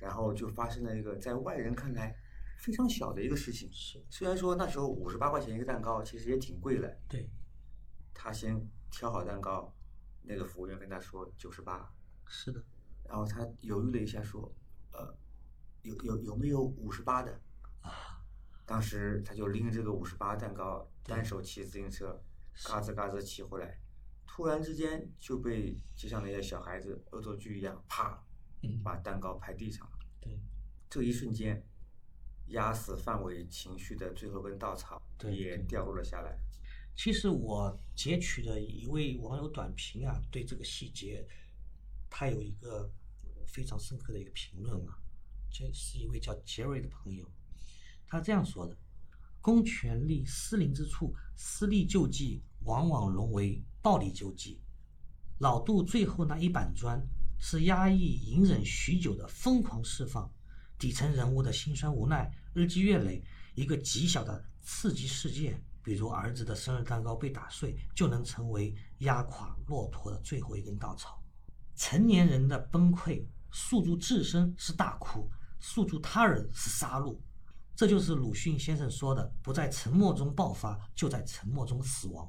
Speaker 1: 然后就发生了一个在外人看来非常小的一个事情，
Speaker 2: 是，
Speaker 1: 虽然说那时候五十八块钱一个蛋糕，其实也挺贵了。
Speaker 2: 对，
Speaker 1: 他先挑好蛋糕，那个服务员跟他说九十八，
Speaker 2: 是的，
Speaker 1: 然后他犹豫了一下说：“呃，有有有没有五十八的？”
Speaker 2: 啊，
Speaker 1: 当时他就拎着这个五十八蛋糕，
Speaker 2: 对
Speaker 1: 单手骑自行车，
Speaker 2: 是
Speaker 1: 嘎吱嘎吱骑回来，突然之间就被街上的一些小孩子恶作剧一样，啪
Speaker 2: 嗯，
Speaker 1: 把蛋糕拍地上了。
Speaker 2: 对，
Speaker 1: 这一瞬间，压死范伟情绪的最后根稻草
Speaker 2: 对
Speaker 1: 也
Speaker 2: 对
Speaker 1: 掉落了下来。
Speaker 2: 其实我截取的一位网友短评啊，对这个细节，他有一个非常深刻的一个评论啊，这是一位叫杰瑞的朋友，他这样说的：公权力失灵之处，私利救济往往沦为暴力救济。老杜最后那一板砖，是压抑隐忍许久的疯狂释放，底层人物的辛酸无奈，日积月累，一个极小的刺激事件，比如儿子的生日蛋糕被打碎，就能成为压垮骆驼的最后一根稻草。成年人的崩溃，诉诸自身是大哭，诉诸他人是杀戮。这就是鲁迅先生说的：“不在沉默中爆发，就在沉默中死亡。”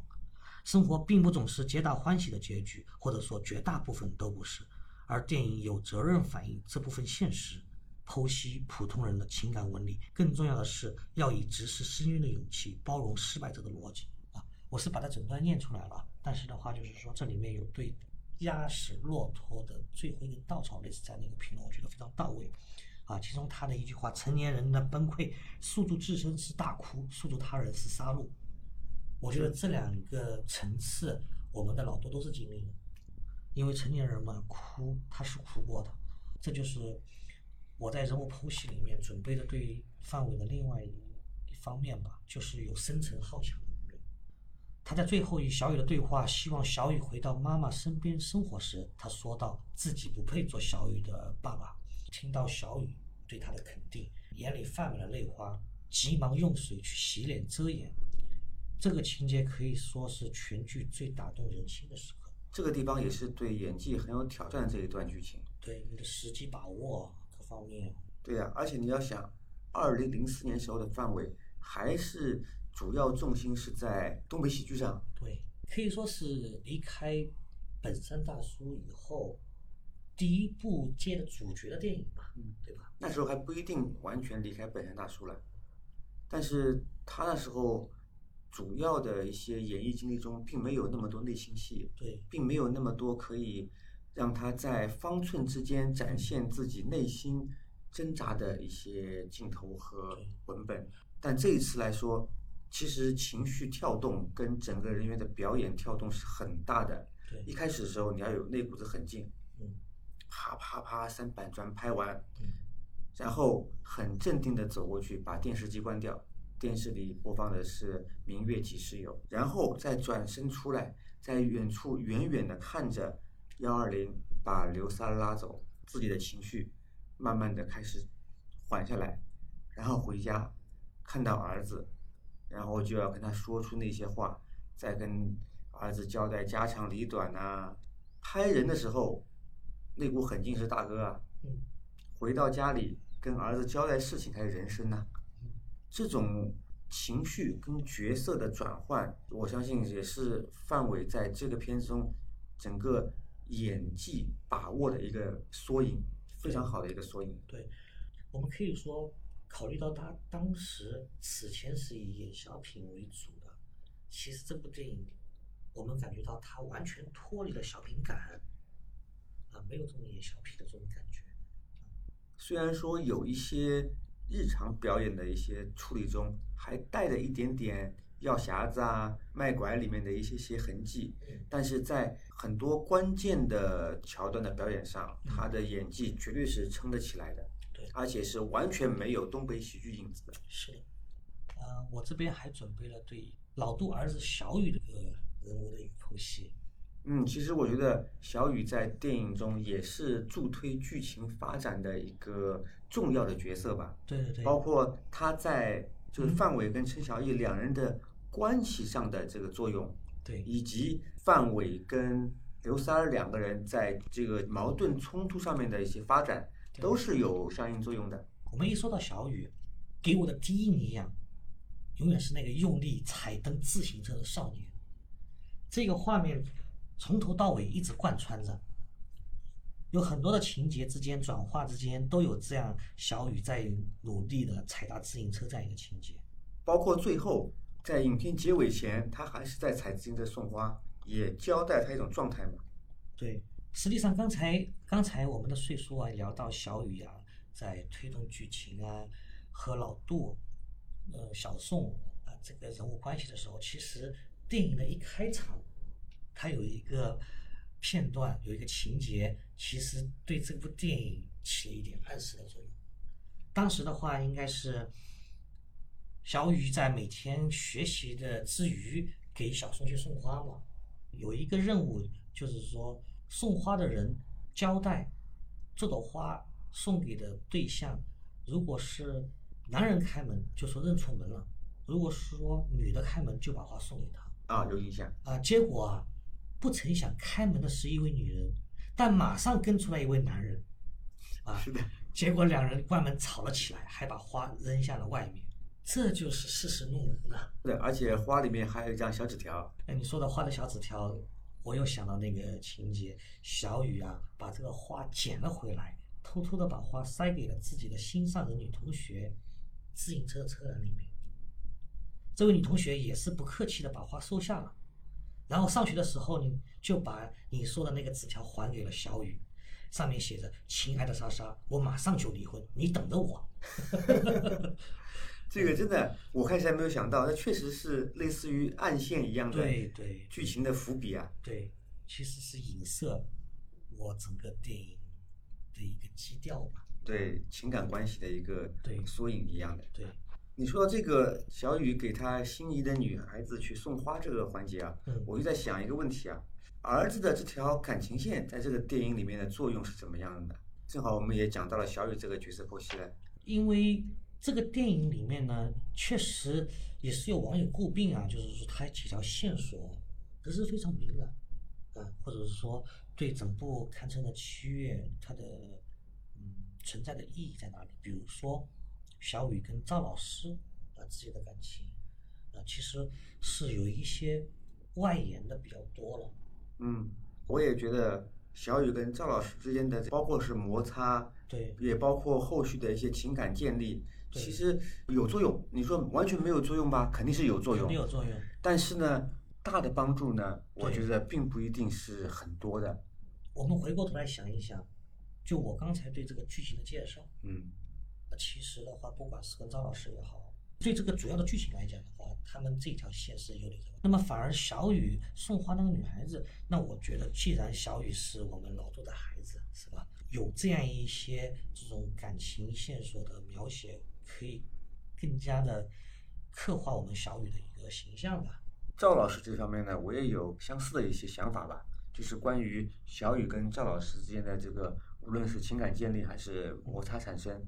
Speaker 2: 生活并不总是皆大欢喜的结局，或者说绝大部分都不是。而电影有责任反映这部分现实，剖析普通人的情感纹理。更重要的是，要以直视深渊的勇气，包容失败者的逻辑。啊，我是把它整段念出来了，啊但是的话就是说，这里面有对压死骆驼的最后一根稻草类似这样的一个评论，我觉得非常到位。啊，其中他的一句话：“成年人的崩溃，诉诸自身是大哭，诉诸他人是杀戮。”我觉得这两个层次，我们的老多都是经历的，因为成年人嘛，哭他是哭过的，这就是我在人物剖析里面准备的对范伟的另外一一方面吧，就是有深沉好强的一面。他在最后与小雨的对话，希望小雨回到妈妈身边生活时，他说到自己不配做小雨的爸爸。听到小雨对他的肯定，眼里泛满了泪花，急忙用水去洗脸遮掩。这个情节可以说是全剧最打动人心的时刻。
Speaker 1: 这个地方也是对演技很有挑战的这一段剧情。
Speaker 2: 对你的时机把握各方面，
Speaker 1: 对呀、而且你要想，二零零四年时候的范伟还是主要重心是在东北喜剧上。
Speaker 2: 对，可以说是离开本山大叔以后第一部接的主角的电影吧，
Speaker 1: 嗯
Speaker 2: 对吧？
Speaker 1: 那时候还不一定完全离开本山大叔了，但是他那时候主要的一些演艺经历中，并没有那么多内心戏，
Speaker 2: 对，
Speaker 1: 并没有那么多可以让他在方寸之间展现自己内心挣扎的一些镜头和
Speaker 2: 对
Speaker 1: 文本。但这一次来说，其实情绪跳动跟整个人员的表演跳动是很大的。
Speaker 2: 对，
Speaker 1: 一开始的时候，你要有那股子狠劲，
Speaker 2: 嗯
Speaker 1: 啪啪啪三板砖拍完，
Speaker 2: 嗯，
Speaker 1: 然后很镇定地走过去，把电视机关掉。电视里播放的是《明月几时有》，然后再转身出来，在远处远远地看着幺二零把刘三拉走，自己的情绪慢慢地开始缓下来，然后回家看到儿子，然后就要跟他说出那些话，再跟儿子交代家长里短呐、拍人的时候，那股狠劲是大哥啊，
Speaker 2: 嗯，
Speaker 1: 回到家里跟儿子交代事情才是人生呐、
Speaker 2: 嗯
Speaker 1: 这种情绪跟角色的转换，我相信也是范伟在这个片子中整个演技把握的一个缩影，非常好的一个缩影。
Speaker 2: 我们可以说，考虑到他当时此前是以演小品为主的，其实这部电影我们感觉到它完全脱离了小品感，啊，没有这种演小品的这种感觉。
Speaker 1: 虽然说有一些日常表演的一些处理中还带着一点点药匣子啊、卖拐里面的一些些痕迹，
Speaker 2: 嗯
Speaker 1: 但是在很多关键的桥段的表演上，
Speaker 2: 嗯
Speaker 1: 他的演技绝对是撑得起来的，
Speaker 2: 对
Speaker 1: 而且是完全没有东北喜剧影子的。
Speaker 2: 是的，呃，我这边还准备了对老杜儿子小雨的一个人物的一个剖析。
Speaker 1: 嗯，其实我觉得小雨在电影中也是助推剧情发展的一个重要的角色吧。
Speaker 2: 对对对，
Speaker 1: 包括他在就是
Speaker 2: 嗯
Speaker 1: 范伟跟陈小艺两人的关系上的这个作用，
Speaker 2: 对
Speaker 1: 以及范伟跟刘三儿两个人在这个矛盾冲突上面的一些发展，
Speaker 2: 对
Speaker 1: 都是有相应作用的。
Speaker 2: 我们一说到小雨，给我的第一印象，永远是那个用力踩蹬自行车的少年。这个画面从头到尾一直贯穿着，有很多的情节之间转化之间都有这样小雨在努力的踩踏自行车这样一个情节。
Speaker 1: 包括最后在
Speaker 2: 嗯
Speaker 1: 影片结尾前，他还是在踩自行车送花，也交代他一种状态嘛。
Speaker 2: 对，实际上刚才刚才我们的岁数啊，聊到小雨啊，在推动剧情啊，和老杜、呃小宋啊这个人物关系的时候，其实电影的一开场，它有一个片段，有一个情节，其实对这部电影起了一点暗示的作用。当时的话，应该是小雨在每天学习的之余，给小宋去送花嘛。有一个任务，就是说送花的人交代这朵花送给的对象，如果是男人开门，就说认错门了；如果是说女的开门，就把花送给他。
Speaker 1: 啊，有印象。
Speaker 2: 啊，结果啊，不曾想开门的是一位女人，但马上跟出来一位男人，啊，
Speaker 1: 是的，
Speaker 2: 结果两人关门吵了起来，还把花扔向了外面，这就是事实弄人啊！
Speaker 1: 对，而且花里面还有一张小纸条。
Speaker 2: 哎，你说的花的小纸条，我又想到那个情节，小雨啊，把这个花捡了回来，偷偷的把花塞给了自己的心上的女同学自行车的车篮里面。这位女同学也是不客气的把花收下了，然后上学的时候呢，就把你说的那个纸条还给了小雨，上面写着：“亲爱的莎莎，我马上就离婚，你等着我。
Speaker 1: 这个真的，我开始还没有想到，那确实是类似于暗线一样的
Speaker 2: 对对
Speaker 1: 剧情的伏笔啊。
Speaker 2: 对，其实是影射我整个电影的一个基调吧。
Speaker 1: 对情感关系的一个
Speaker 2: 对
Speaker 1: 缩影一样的。
Speaker 2: 对，
Speaker 1: 你说到这个小雨给他心仪的女孩子去送花这个环节啊，
Speaker 2: 嗯
Speaker 1: 我就在想一个问题啊，儿子的这条感情线在这个电影里面的作用是怎么样的？正好我们也讲到了小雨这个角色剖析了，
Speaker 2: 因为这个电影里面呢，确实也是有网友诟病啊，就是说它几条线索不是非常明朗，啊，或者是说对整部《堪称的七月》它的嗯存在的意义在哪里？比如说小雨跟赵老师啊之间的感情，啊，呃，其实是有一些外延的比较多了。
Speaker 1: 嗯，我也觉得小雨跟赵老师之间的，包括是摩擦，
Speaker 2: 对
Speaker 1: 也包括后续的一些情感建立，
Speaker 2: 对
Speaker 1: 其实有作用。你说完全没有作用吧？肯定是有作
Speaker 2: 肯
Speaker 1: 用
Speaker 2: 定。有作用。
Speaker 1: 但是呢，大的帮助呢，我
Speaker 2: 对
Speaker 1: 觉得并不一定是很多的。
Speaker 2: 我们回过头来想一想，就我刚才对这个剧情的介绍，
Speaker 1: 嗯
Speaker 2: 呃其实的话，不管是跟赵老师也好，对这个主要的剧情来讲的话，他们这条线是有点什么。那么反而小雨送花那个女孩子，那我觉得既然小雨是我们老杜的孩子，是吧？有这样一些这种感情线索的描写，可以更加的刻画我们小雨的一个形象吧。
Speaker 1: 赵老师这方面呢，我也有相似的一些想法吧，就是关于小雨跟赵老师之间的这个，无论是情感建立还是摩擦产生，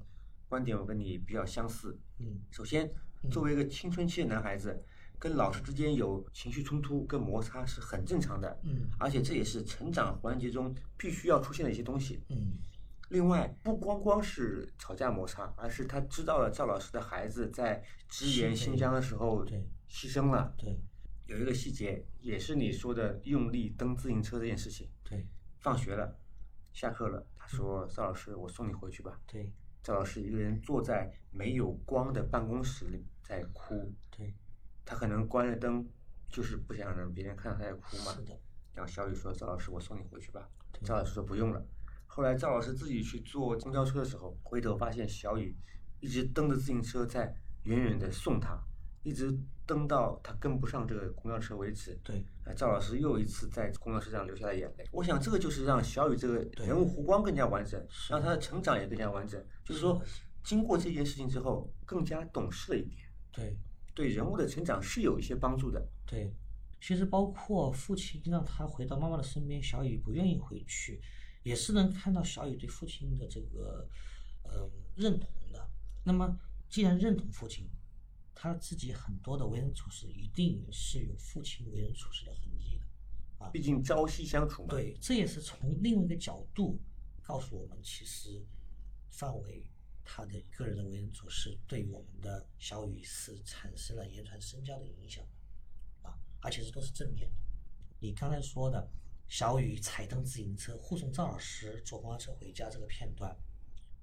Speaker 1: 观点我跟你比较相似。
Speaker 2: 嗯，
Speaker 1: 首先
Speaker 2: 嗯，
Speaker 1: 作为一个青春期的男孩子，跟老师之间有情绪冲突跟摩擦是很正常的，
Speaker 2: 嗯
Speaker 1: 而且这也是成长环节中必须要出现的一些东西。
Speaker 2: 嗯，
Speaker 1: 另外，不光光是吵架摩擦，而是他知道了赵老师的孩子在支援
Speaker 2: 是的
Speaker 1: 新疆的时候
Speaker 2: 对
Speaker 1: 牺牲了。
Speaker 2: 对
Speaker 1: 有一个细节，也是你说的用力蹬自行车这件事情。
Speaker 2: 对
Speaker 1: 放学了，下课了，他说：“赵老师，我送你回去吧。
Speaker 2: 对”
Speaker 1: 赵老师一个人坐在没有光的办公室里在哭，
Speaker 2: 对，
Speaker 1: 他可能关了灯，就是不想让别人看到他在哭嘛
Speaker 2: 是。嗯的，
Speaker 1: 然后小雨说：“赵老师，我送你回去吧。”
Speaker 2: 对
Speaker 1: 赵老师说：“不用了。”后来赵老师自己去坐公交车的时候，回头发现小雨一直蹬着自行车在远远的送他，一直蹬到他跟不上这个公交车为止。
Speaker 2: 对
Speaker 1: 啊，赵老师又一次在公交车上流下了眼泪。我想，这个就是让小雨这个人物弧光更加完整，
Speaker 2: 是
Speaker 1: 让他的成长也更加完整。就是说
Speaker 2: 是的，
Speaker 1: 经过这件事情之后，更加懂事了一点，
Speaker 2: 对。
Speaker 1: 对人物的成长是有一些帮助的。
Speaker 2: 对，其实包括父亲让他回到妈妈的身边，小雨不愿意回去，也是能看到小雨对父亲的这个呃认同的。那么既然认同父亲，他自己很多的为人处事一定是有父亲为人处事的痕迹的。
Speaker 1: 毕竟朝夕相处嘛。
Speaker 2: 啊对，这也是从另外一个角度告诉我们，其实范伟他的个人的为人处事对我们的小雨是产生了言传身教的影响的啊，而且这都是正面的。你刚才说的小雨踩蹬自行车护送赵老师坐公交车回家这个片段，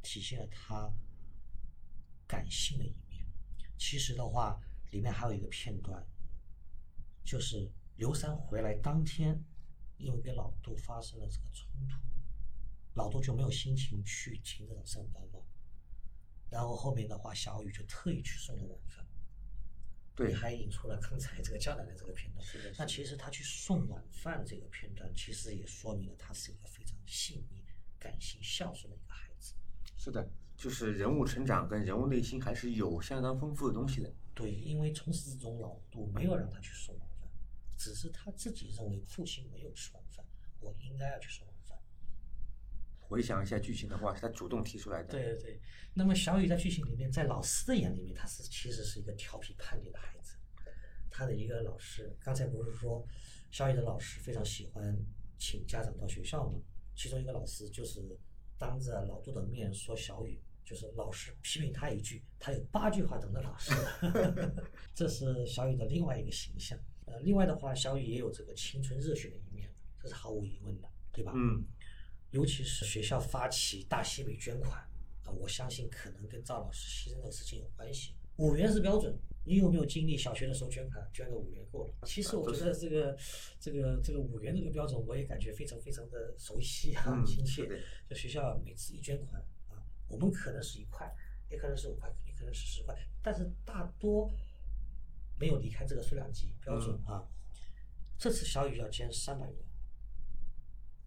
Speaker 2: 体现了他感性的一面。其实的话，里面还有一个片段，就是刘三回来当天，因为跟老杜发生了这个冲突，老杜就没有心情去停车场上班了。然后后面的话，小雨就特意去送了晚饭，
Speaker 1: 对
Speaker 2: 你还引出了刚才这个江南的这个片段。
Speaker 1: 是的
Speaker 2: 那其实他去送晚饭这个片段，其实也说明了他是一个非常细腻、感性、孝顺的一个孩子。
Speaker 1: 是的，就是人物成长跟人物内心还是有相当丰富的东西的。
Speaker 2: 对，因为从始至终老杜没有让他去送晚饭，只是他自己认为父亲没有吃晚饭，我应该要去送晚饭。
Speaker 1: 回想一下剧情的话，是他主动提出来的。
Speaker 2: 对对对。那么小雨在剧情里面，在老师的眼里面，他是其实是一个调皮叛逆的孩子。他的一个老师，刚才不是说小雨的老师非常喜欢请家长到学校吗？其中一个老师就是当着老杜的面说小雨，就是老师批评他一句，他有八句话等着老师。 (laughs) 这是小雨的另外一个形象。呃，另外的话，小雨也有这个青春热血的一面，这是毫无疑问的，对吧？
Speaker 1: 嗯，
Speaker 2: 尤其是学校发起大西北捐款啊，我相信可能跟赵老师牺牲的事情有关系。五元是标准，你有没有经历小学的时候捐款捐个五元够了？其
Speaker 1: 啊
Speaker 2: 实我觉得这个这个这个五元这个标准，我也感觉非常非常的熟悉啊，
Speaker 1: 嗯
Speaker 2: 亲
Speaker 1: 是
Speaker 2: 切
Speaker 1: 的。
Speaker 2: 就学校每次一捐款啊，我们可能是一块，也可能是五块，也可能是十块，但是大多没有离开这个数量级标准啊。这次小雨要捐三百元，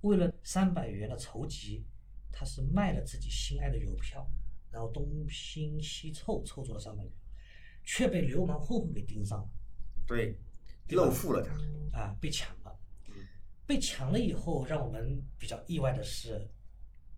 Speaker 2: 为了三百元的筹集，他是卖了自己心爱的邮票，然后东拼西凑凑足了三百元，却被流氓混混给盯上了
Speaker 1: 对，露富了他。
Speaker 2: 啊，被抢了
Speaker 1: 嗯。
Speaker 2: 被抢了以后，让我们比较意外的是，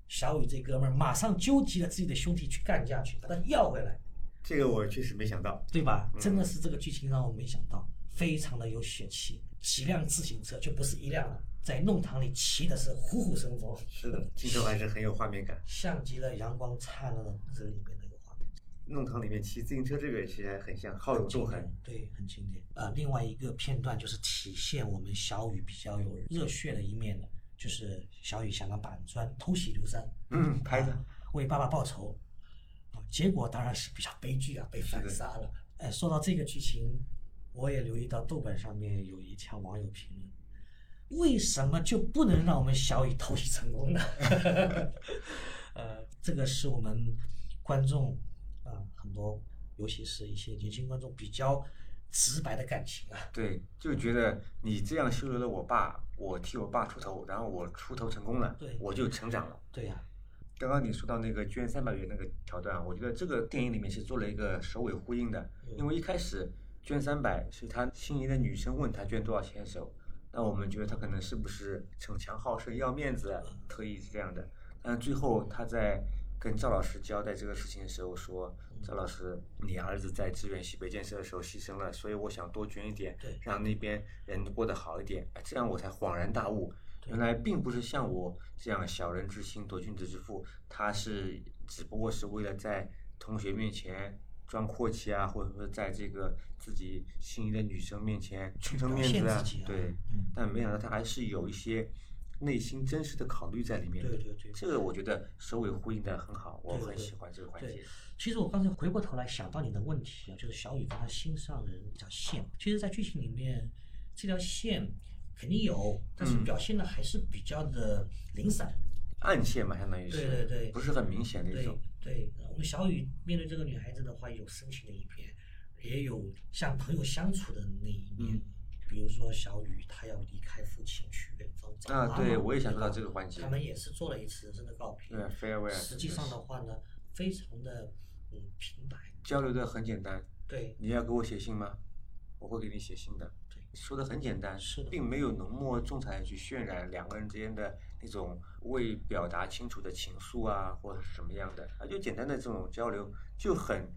Speaker 2: 小雨这哥们儿马上纠集了自己的兄弟去干下去，把他要回来，
Speaker 1: 这个我确实没想到。
Speaker 2: 对吧？真的是这个剧情让我没想到，非常的有血气。几辆自行车就不是一辆了，在弄堂里骑的是虎虎生风。
Speaker 1: 是的，镜头还是很有画面感。
Speaker 2: 像极了阳光灿烂的日子里面那个画面。
Speaker 1: 弄堂里面骑自行车这个其实很像，好友
Speaker 2: 经
Speaker 1: 纵横嗯
Speaker 2: 典，。对，很经典。呃，另外一个片段就是体现我们小雨比较有热血的一面的，就是小雨想拿板砖偷袭刘三，
Speaker 1: 嗯，拍的
Speaker 2: 啊，为爸爸报仇，啊，结果当然是比较悲剧啊，被反
Speaker 1: 是的
Speaker 2: 杀了。哎，说到这个剧情，我也留意到豆瓣上面有一条网友评论：为什么就不能让我们小雨偷袭成
Speaker 1: (laughs)
Speaker 2: 功呢？呃，这个是我们观众啊、呃很多，尤其是一些年轻观众比较直白的感情啊。
Speaker 1: 对，就觉得你这样羞辱了我爸，我替我爸出头，然后我出头成功了
Speaker 2: 对，
Speaker 1: 我就成长了。
Speaker 2: 对啊呀、
Speaker 1: 刚刚你说到那个捐三百元那个桥段啊，我觉得这个电影里面是做了一个首尾呼应的，
Speaker 2: 嗯
Speaker 1: 因为一开始捐三百是他心仪的女生问他捐多少钱的时候，那我们觉得他可能是不是逞强好胜、要面子、特意这样的，但最后他在跟赵老师交代这个事情的时候说，赵老师，你儿子在支援西北建设的时候牺牲了，所以我想多捐一点
Speaker 2: 对，
Speaker 1: 让那边人过得好一点，哎这样我才恍然大悟，原来并不是像我这样小人之心夺君子之腹，他是只不过是为了在同学面前装阔气啊，或者说在这个自己心仪的女生面前撑撑面子
Speaker 2: 表现自己啊
Speaker 1: 对
Speaker 2: 嗯。
Speaker 1: 但没想到他还是有一些内心真实的考虑在里面的。
Speaker 2: 对对对
Speaker 1: 这个我觉得首尾呼应的很好，我
Speaker 2: 对
Speaker 1: 很
Speaker 2: 对
Speaker 1: 喜欢这个环
Speaker 2: 对
Speaker 1: 节。
Speaker 2: 其实我刚才回过头来想到你的问题啊，就是小雨跟他心上人这条线，其实，在剧情里面，这条线肯定有，但是
Speaker 1: 嗯
Speaker 2: 表现的还是比较的零散。
Speaker 1: 暗线嘛，相当于是，
Speaker 2: 对对对
Speaker 1: 不是很明显的一
Speaker 2: 对
Speaker 1: 种。
Speaker 2: 对，呃我们小雨面对这个女孩子的话，有深情的一面，也有像朋友相处的那一面。
Speaker 1: 嗯
Speaker 2: 比如说小雨她要离开父亲去远方找
Speaker 1: 啊
Speaker 2: 妈妈
Speaker 1: 对我也想说到
Speaker 2: 吧
Speaker 1: 这个环节
Speaker 2: 他们也是做了一次真的告别。
Speaker 1: 对，farewell。
Speaker 2: 实际上的话呢，非常的嗯平白。
Speaker 1: 交流的很简单，
Speaker 2: 对，
Speaker 1: 你要给我写信吗？我会给你写信的。
Speaker 2: 对
Speaker 1: 说的很简单，
Speaker 2: 是的
Speaker 1: 并没有浓墨重彩地去渲染两个人之间的那种未表达清楚的情愫啊，或者是什么样的啊，就简单的这种交流就很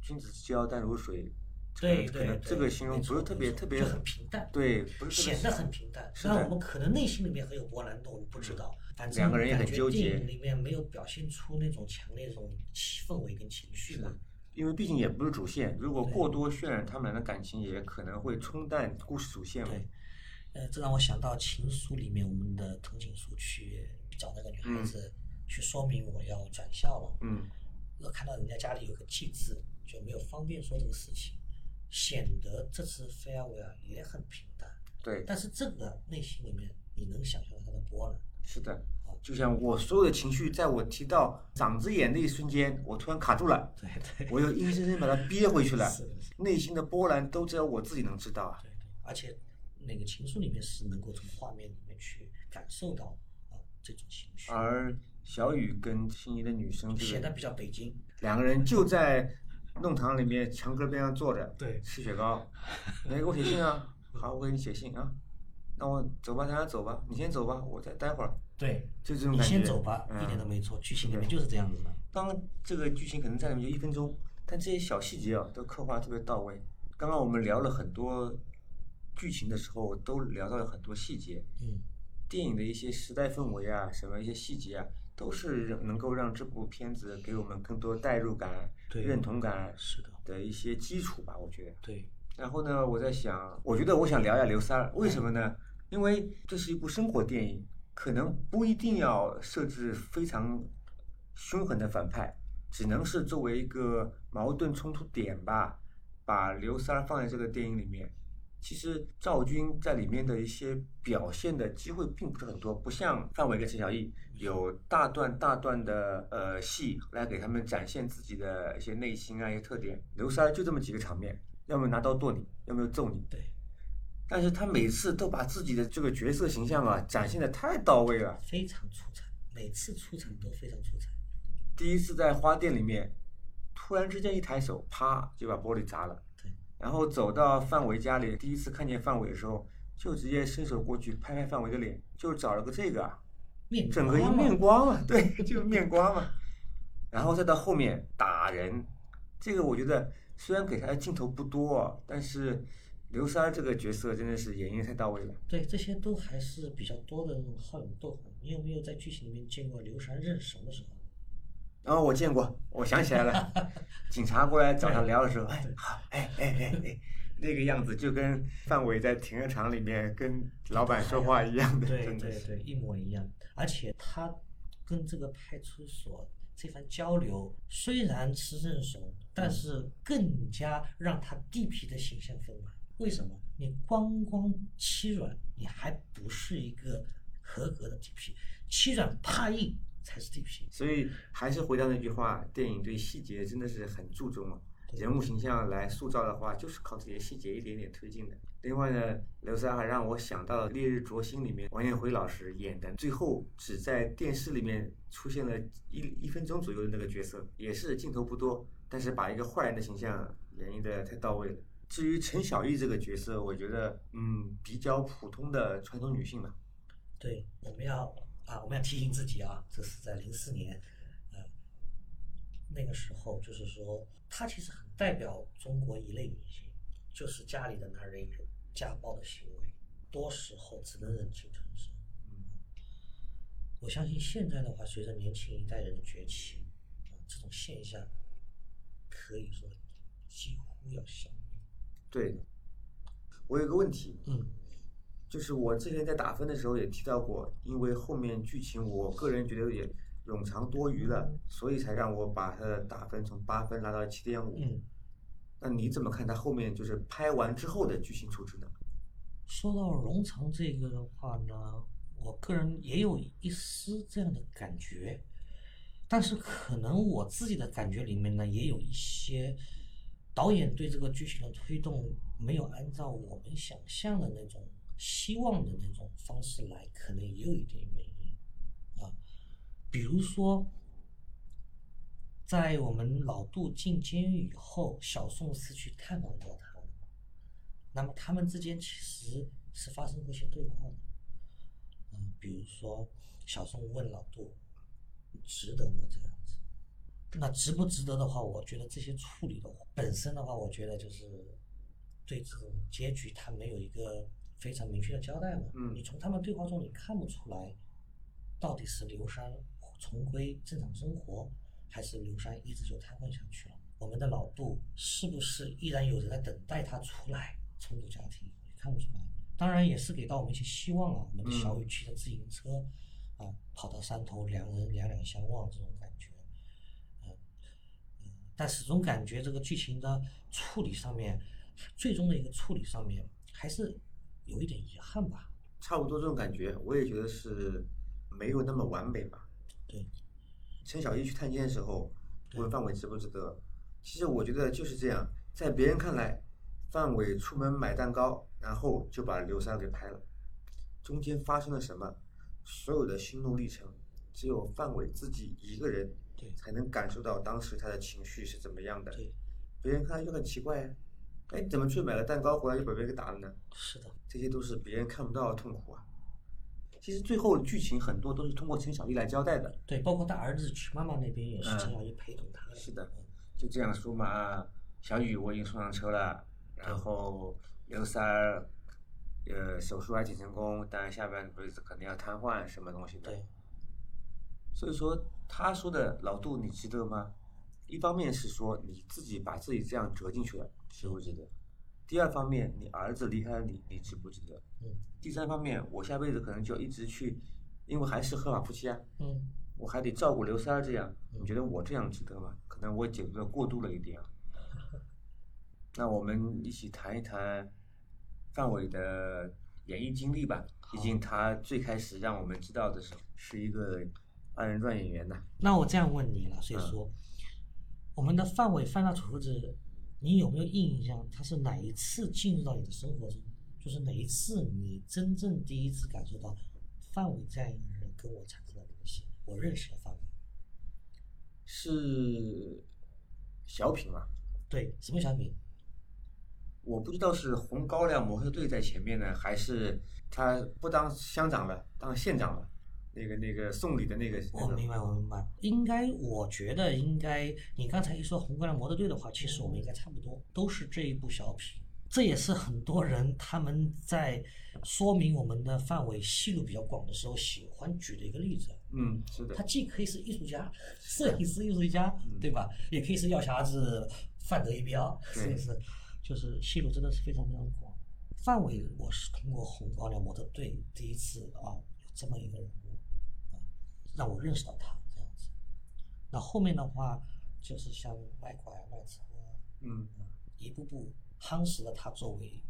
Speaker 1: 君子之交淡如水。可能
Speaker 2: 对
Speaker 1: 可
Speaker 2: 对
Speaker 1: 能
Speaker 2: 对，
Speaker 1: 这个形容
Speaker 2: 没
Speaker 1: 不
Speaker 2: 错
Speaker 1: 是特别
Speaker 2: 没错
Speaker 1: 特别
Speaker 2: 就很平淡，，
Speaker 1: 对，不是特别
Speaker 2: 显得很平淡。
Speaker 1: 是
Speaker 2: 但
Speaker 1: 的
Speaker 2: 我们可能内心里面很有波澜，但我们不知道。反正
Speaker 1: 两个人也很
Speaker 2: 感觉
Speaker 1: 纠结
Speaker 2: 电影里面没有表现出那种强烈的这种气氛围跟情绪吧。
Speaker 1: 因为毕竟也不是主线，如果
Speaker 2: 对
Speaker 1: 过多渲染他们俩的感情，也可能会冲淡故事主线嘛。
Speaker 2: 对，呃，这让我想到《情书》里面我们的藤井树去找那个女孩
Speaker 1: 嗯
Speaker 2: 子，去说明我要转校了。
Speaker 1: 嗯，
Speaker 2: 我看到人家家里有个祭字，就没有方便说这个事情，显得这次 farewell 也很平淡。
Speaker 1: 对，
Speaker 2: 但是这个内心里面，你能想象到他的波澜。
Speaker 1: 是的。就像我所有的情绪，在我提到嗓子眼那一瞬间，我突然卡住了，
Speaker 2: 对对
Speaker 1: 我又硬生生把它憋回去了
Speaker 2: 是的是，
Speaker 1: 内心的波澜都只有我自己能知道啊。
Speaker 2: 对对，而且那个情书里面是能够从画面里面去感受到啊、这种情绪，
Speaker 1: 而小雨跟心仪的女生这
Speaker 2: 显得
Speaker 1: 个
Speaker 2: 比较北京。
Speaker 1: 两个人就在弄堂里面墙根边上坐着，
Speaker 2: 对
Speaker 1: 吃雪糕，你给我写信啊，好，我给你写信啊，那我走吧，咱俩走吧，你先走吧，我再待会儿，
Speaker 2: 对，
Speaker 1: 就这种
Speaker 2: 你
Speaker 1: 感觉。
Speaker 2: 先走吧，
Speaker 1: 嗯
Speaker 2: 一点都没错，剧情里面就是这样子的。
Speaker 1: 当这个剧情可能在里面就一分钟，但这些小细节啊都刻画得特别到位。刚刚我们聊了很多剧情的时候，都聊到了很多细节，
Speaker 2: 嗯，
Speaker 1: 电影的一些时代氛围啊，什么一些细节啊，都是能够让这部片子给我们更多代入感、
Speaker 2: 对
Speaker 1: 认同感
Speaker 2: 是的，
Speaker 1: 的一些基础吧，我觉得。
Speaker 2: 对，
Speaker 1: 然后呢，我在想，我觉得我想聊一下刘三儿，为什么呢？因为这是一部生活电影，可能不一定要设置非常凶狠的反派，只能是作为一个矛盾冲突点吧，把刘三儿放在这个电影里面。其实赵军在里面的一些表现的机会并不是很多，不像范伟跟陈小艺有大段大段的呃戏来给他们展现自己的一些内心啊一些特点。刘三儿就这么几个场面，要么拿刀剁你，要么就揍你。
Speaker 2: 对，
Speaker 1: 但是他每次都把自己的这个角色形象啊展现的太到位了。
Speaker 2: 非常出彩，每次出场都非常出彩。
Speaker 1: 第一次在花店里面，突然之间一抬手，啪就把玻璃砸了。
Speaker 2: 对，
Speaker 1: 然后走到范伟家里，第一次看见范伟的时候，就直接伸手过去拍拍范伟的脸，就找了个这个啊，
Speaker 2: 面
Speaker 1: 整个一
Speaker 2: 光嘛
Speaker 1: 面光嘛，对，就面光嘛。然后再到后面打人，这个我觉得虽然给他的镜头不多，但是刘三儿这个角色真的是演绎得太到位了。
Speaker 2: 对，这些都还是比较多的那种好勇斗狠。你有没有在剧情里面见过刘禅认怂的时候？
Speaker 1: 然后我见过，我想起来
Speaker 2: (laughs)
Speaker 1: 了，警察过来找他聊的时候，哎，好，哎哎哎哎，那个样子就跟范伟在停车场里面跟老板说话一样的，
Speaker 2: 对
Speaker 1: 真的
Speaker 2: 哎对
Speaker 1: 是。
Speaker 2: 对，一模一样。而且他跟这个派出所这番交流虽然吃认怂，
Speaker 1: 嗯
Speaker 2: 但是更加让他地痞的形象丰满。为什么？你光光欺软，你还不是一个合格的地痞，欺软怕硬才是地痞。
Speaker 1: 所以还是回到那句话，电影对细节真的是很注重啊。人物形象来塑造的话，就是靠这些细节一点点推进的。另外呢，刘三还让我想到了《烈日灼心》里面王彦辉老师演的，最后只在电视里面出现了一一分钟左右的那个角色，也是镜头不多，但是把一个坏人的形象演绎的太到位了。至于陈小艺这个角色，我觉得嗯比较普通的传统女性吧，
Speaker 2: 对，我们要啊，我们要提醒自己啊，这是在零四年，呃，那个时候就是说，他其实很代表中国一类女性，就是家里的男人有家暴的行为，多时候只能忍气吞声。我相信现在的话，随着年轻一代人的崛起，啊，这种现象可以说几乎要消灭。
Speaker 1: 对。我有个问题，
Speaker 2: 嗯，
Speaker 1: 就是我之前在打分的时候也提到过，因为后面剧情我个人觉得也冗长多余了，所以才让我把它的打分从八分拉到七点五。
Speaker 2: 嗯。
Speaker 1: 那你怎么看它后面就是拍完之后的剧情处置呢？
Speaker 2: 说到冗长这个的话呢，我个人也有一丝这样的感觉，但是可能我自己的感觉里面呢，也有一些导演对这个剧情的推动没有按照我们想象的那种希望的那种方式来，可能也有一点原因啊，比如说。在我们老杜进监狱以后，小宋是去探望过他的，那么他们之间其实是发生过一些对话的，嗯，比如说小宋问老杜，值得吗这样子？那值不值得的话，我觉得这些处理的话，本身的话，我觉得就是对这种结局他没有一个非常明确的交代嘛。
Speaker 1: 嗯
Speaker 2: 你从他们对话中你看不出来，到底是刘山重归正常生活，还是刘山一直就瘫痪下去了？我们的老杜是不是依然有人在等待他出来重组家庭？也看不出来。当然也是给到我们一些希望啊，我
Speaker 1: 嗯
Speaker 2: 们的小雨骑着自行车啊、跑到山头，两人两两相望这种感觉。啊嗯但始终感觉这个剧情的处理上面，最终的一个处理上面还是有一点遗憾吧。
Speaker 1: 差不多这种感觉，我也觉得是没有那么完美吧。
Speaker 2: 对，
Speaker 1: 陈小艺去探监的时候
Speaker 2: 对
Speaker 1: 问范伟值不值得，其实我觉得就是这样，在别人看来，范伟出门买蛋糕，然后就把刘三给拍了，中间发生了什么，所有的心路历程，只有范伟自己一个人
Speaker 2: 对
Speaker 1: 才能感受到当时他的情绪是怎么样的，
Speaker 2: 对，
Speaker 1: 别人看来就很奇怪啊，哎，怎么去买了蛋糕回来就把别人给打了呢？
Speaker 2: 是的，
Speaker 1: 这些都是别人看不到的痛苦啊。其实最后剧情很多都是通过陈小艺来交代的，
Speaker 2: 对，包括他儿子曲妈妈那边也是
Speaker 1: 嗯
Speaker 2: 陈小艺陪同他的。
Speaker 1: 是的就这样说嘛，小雨我已经送上车了，然后刘三儿，呃，手术还挺成功，但下半辈子可能要瘫痪什么东西的。
Speaker 2: 对，
Speaker 1: 所以说他说的老杜你值得吗？一方面是说你自己把自己这样折进去了，值不值得？第二方面，你儿子离开了你，你值不值得？
Speaker 2: 嗯
Speaker 1: 第三方面，我下辈子可能就一直去，因为还是合法夫妻啊，
Speaker 2: 嗯，
Speaker 1: 我还得照顾刘三儿这样，
Speaker 2: 嗯
Speaker 1: 你觉得我这样值得吗？可能我解读的过度了一
Speaker 2: (laughs)
Speaker 1: 点啊。那我们一起谈一谈范伟的演艺经历吧，毕竟他最开始让我们知道的时候是一个二人转演员呐、
Speaker 2: 那我这样问你了，所以说，我们的范伟范大厨子，你有没有印象？他是哪一次进入到你的生活中？就是哪一次你真正第一次感受到范伟这样一个人跟我产生了联系？我认识了范伟。
Speaker 1: 是小品嘛？
Speaker 2: 对，什么小品？
Speaker 1: 我不知道是红高粱模特队在前面呢，还是他不当乡长了，当县长了。那个那个送礼的那个那
Speaker 2: 我
Speaker 1: 个
Speaker 2: 哦明白，我明白。应该，我觉得应该，你刚才一说《红高粱模特队》的话，其实我们应该差不多，都是这一部小品这也是很多人他们在说明我们的范围戏路比较广的时候喜欢举的一个例子。啊
Speaker 1: 嗯，是的
Speaker 2: 他，既可以是艺术家、摄影师、艺术家，对吧？也可以是药匣子、范德一彪，
Speaker 1: 对
Speaker 2: 摄影师，就是戏路真的是非常非常广。范伟，我是通过《红高粱模特队》第一次啊，有这么一个人物啊，让我认识到他这样子。那后面的话，就是像卖拐、卖车啊，
Speaker 1: 嗯
Speaker 2: 一步步夯实了他作为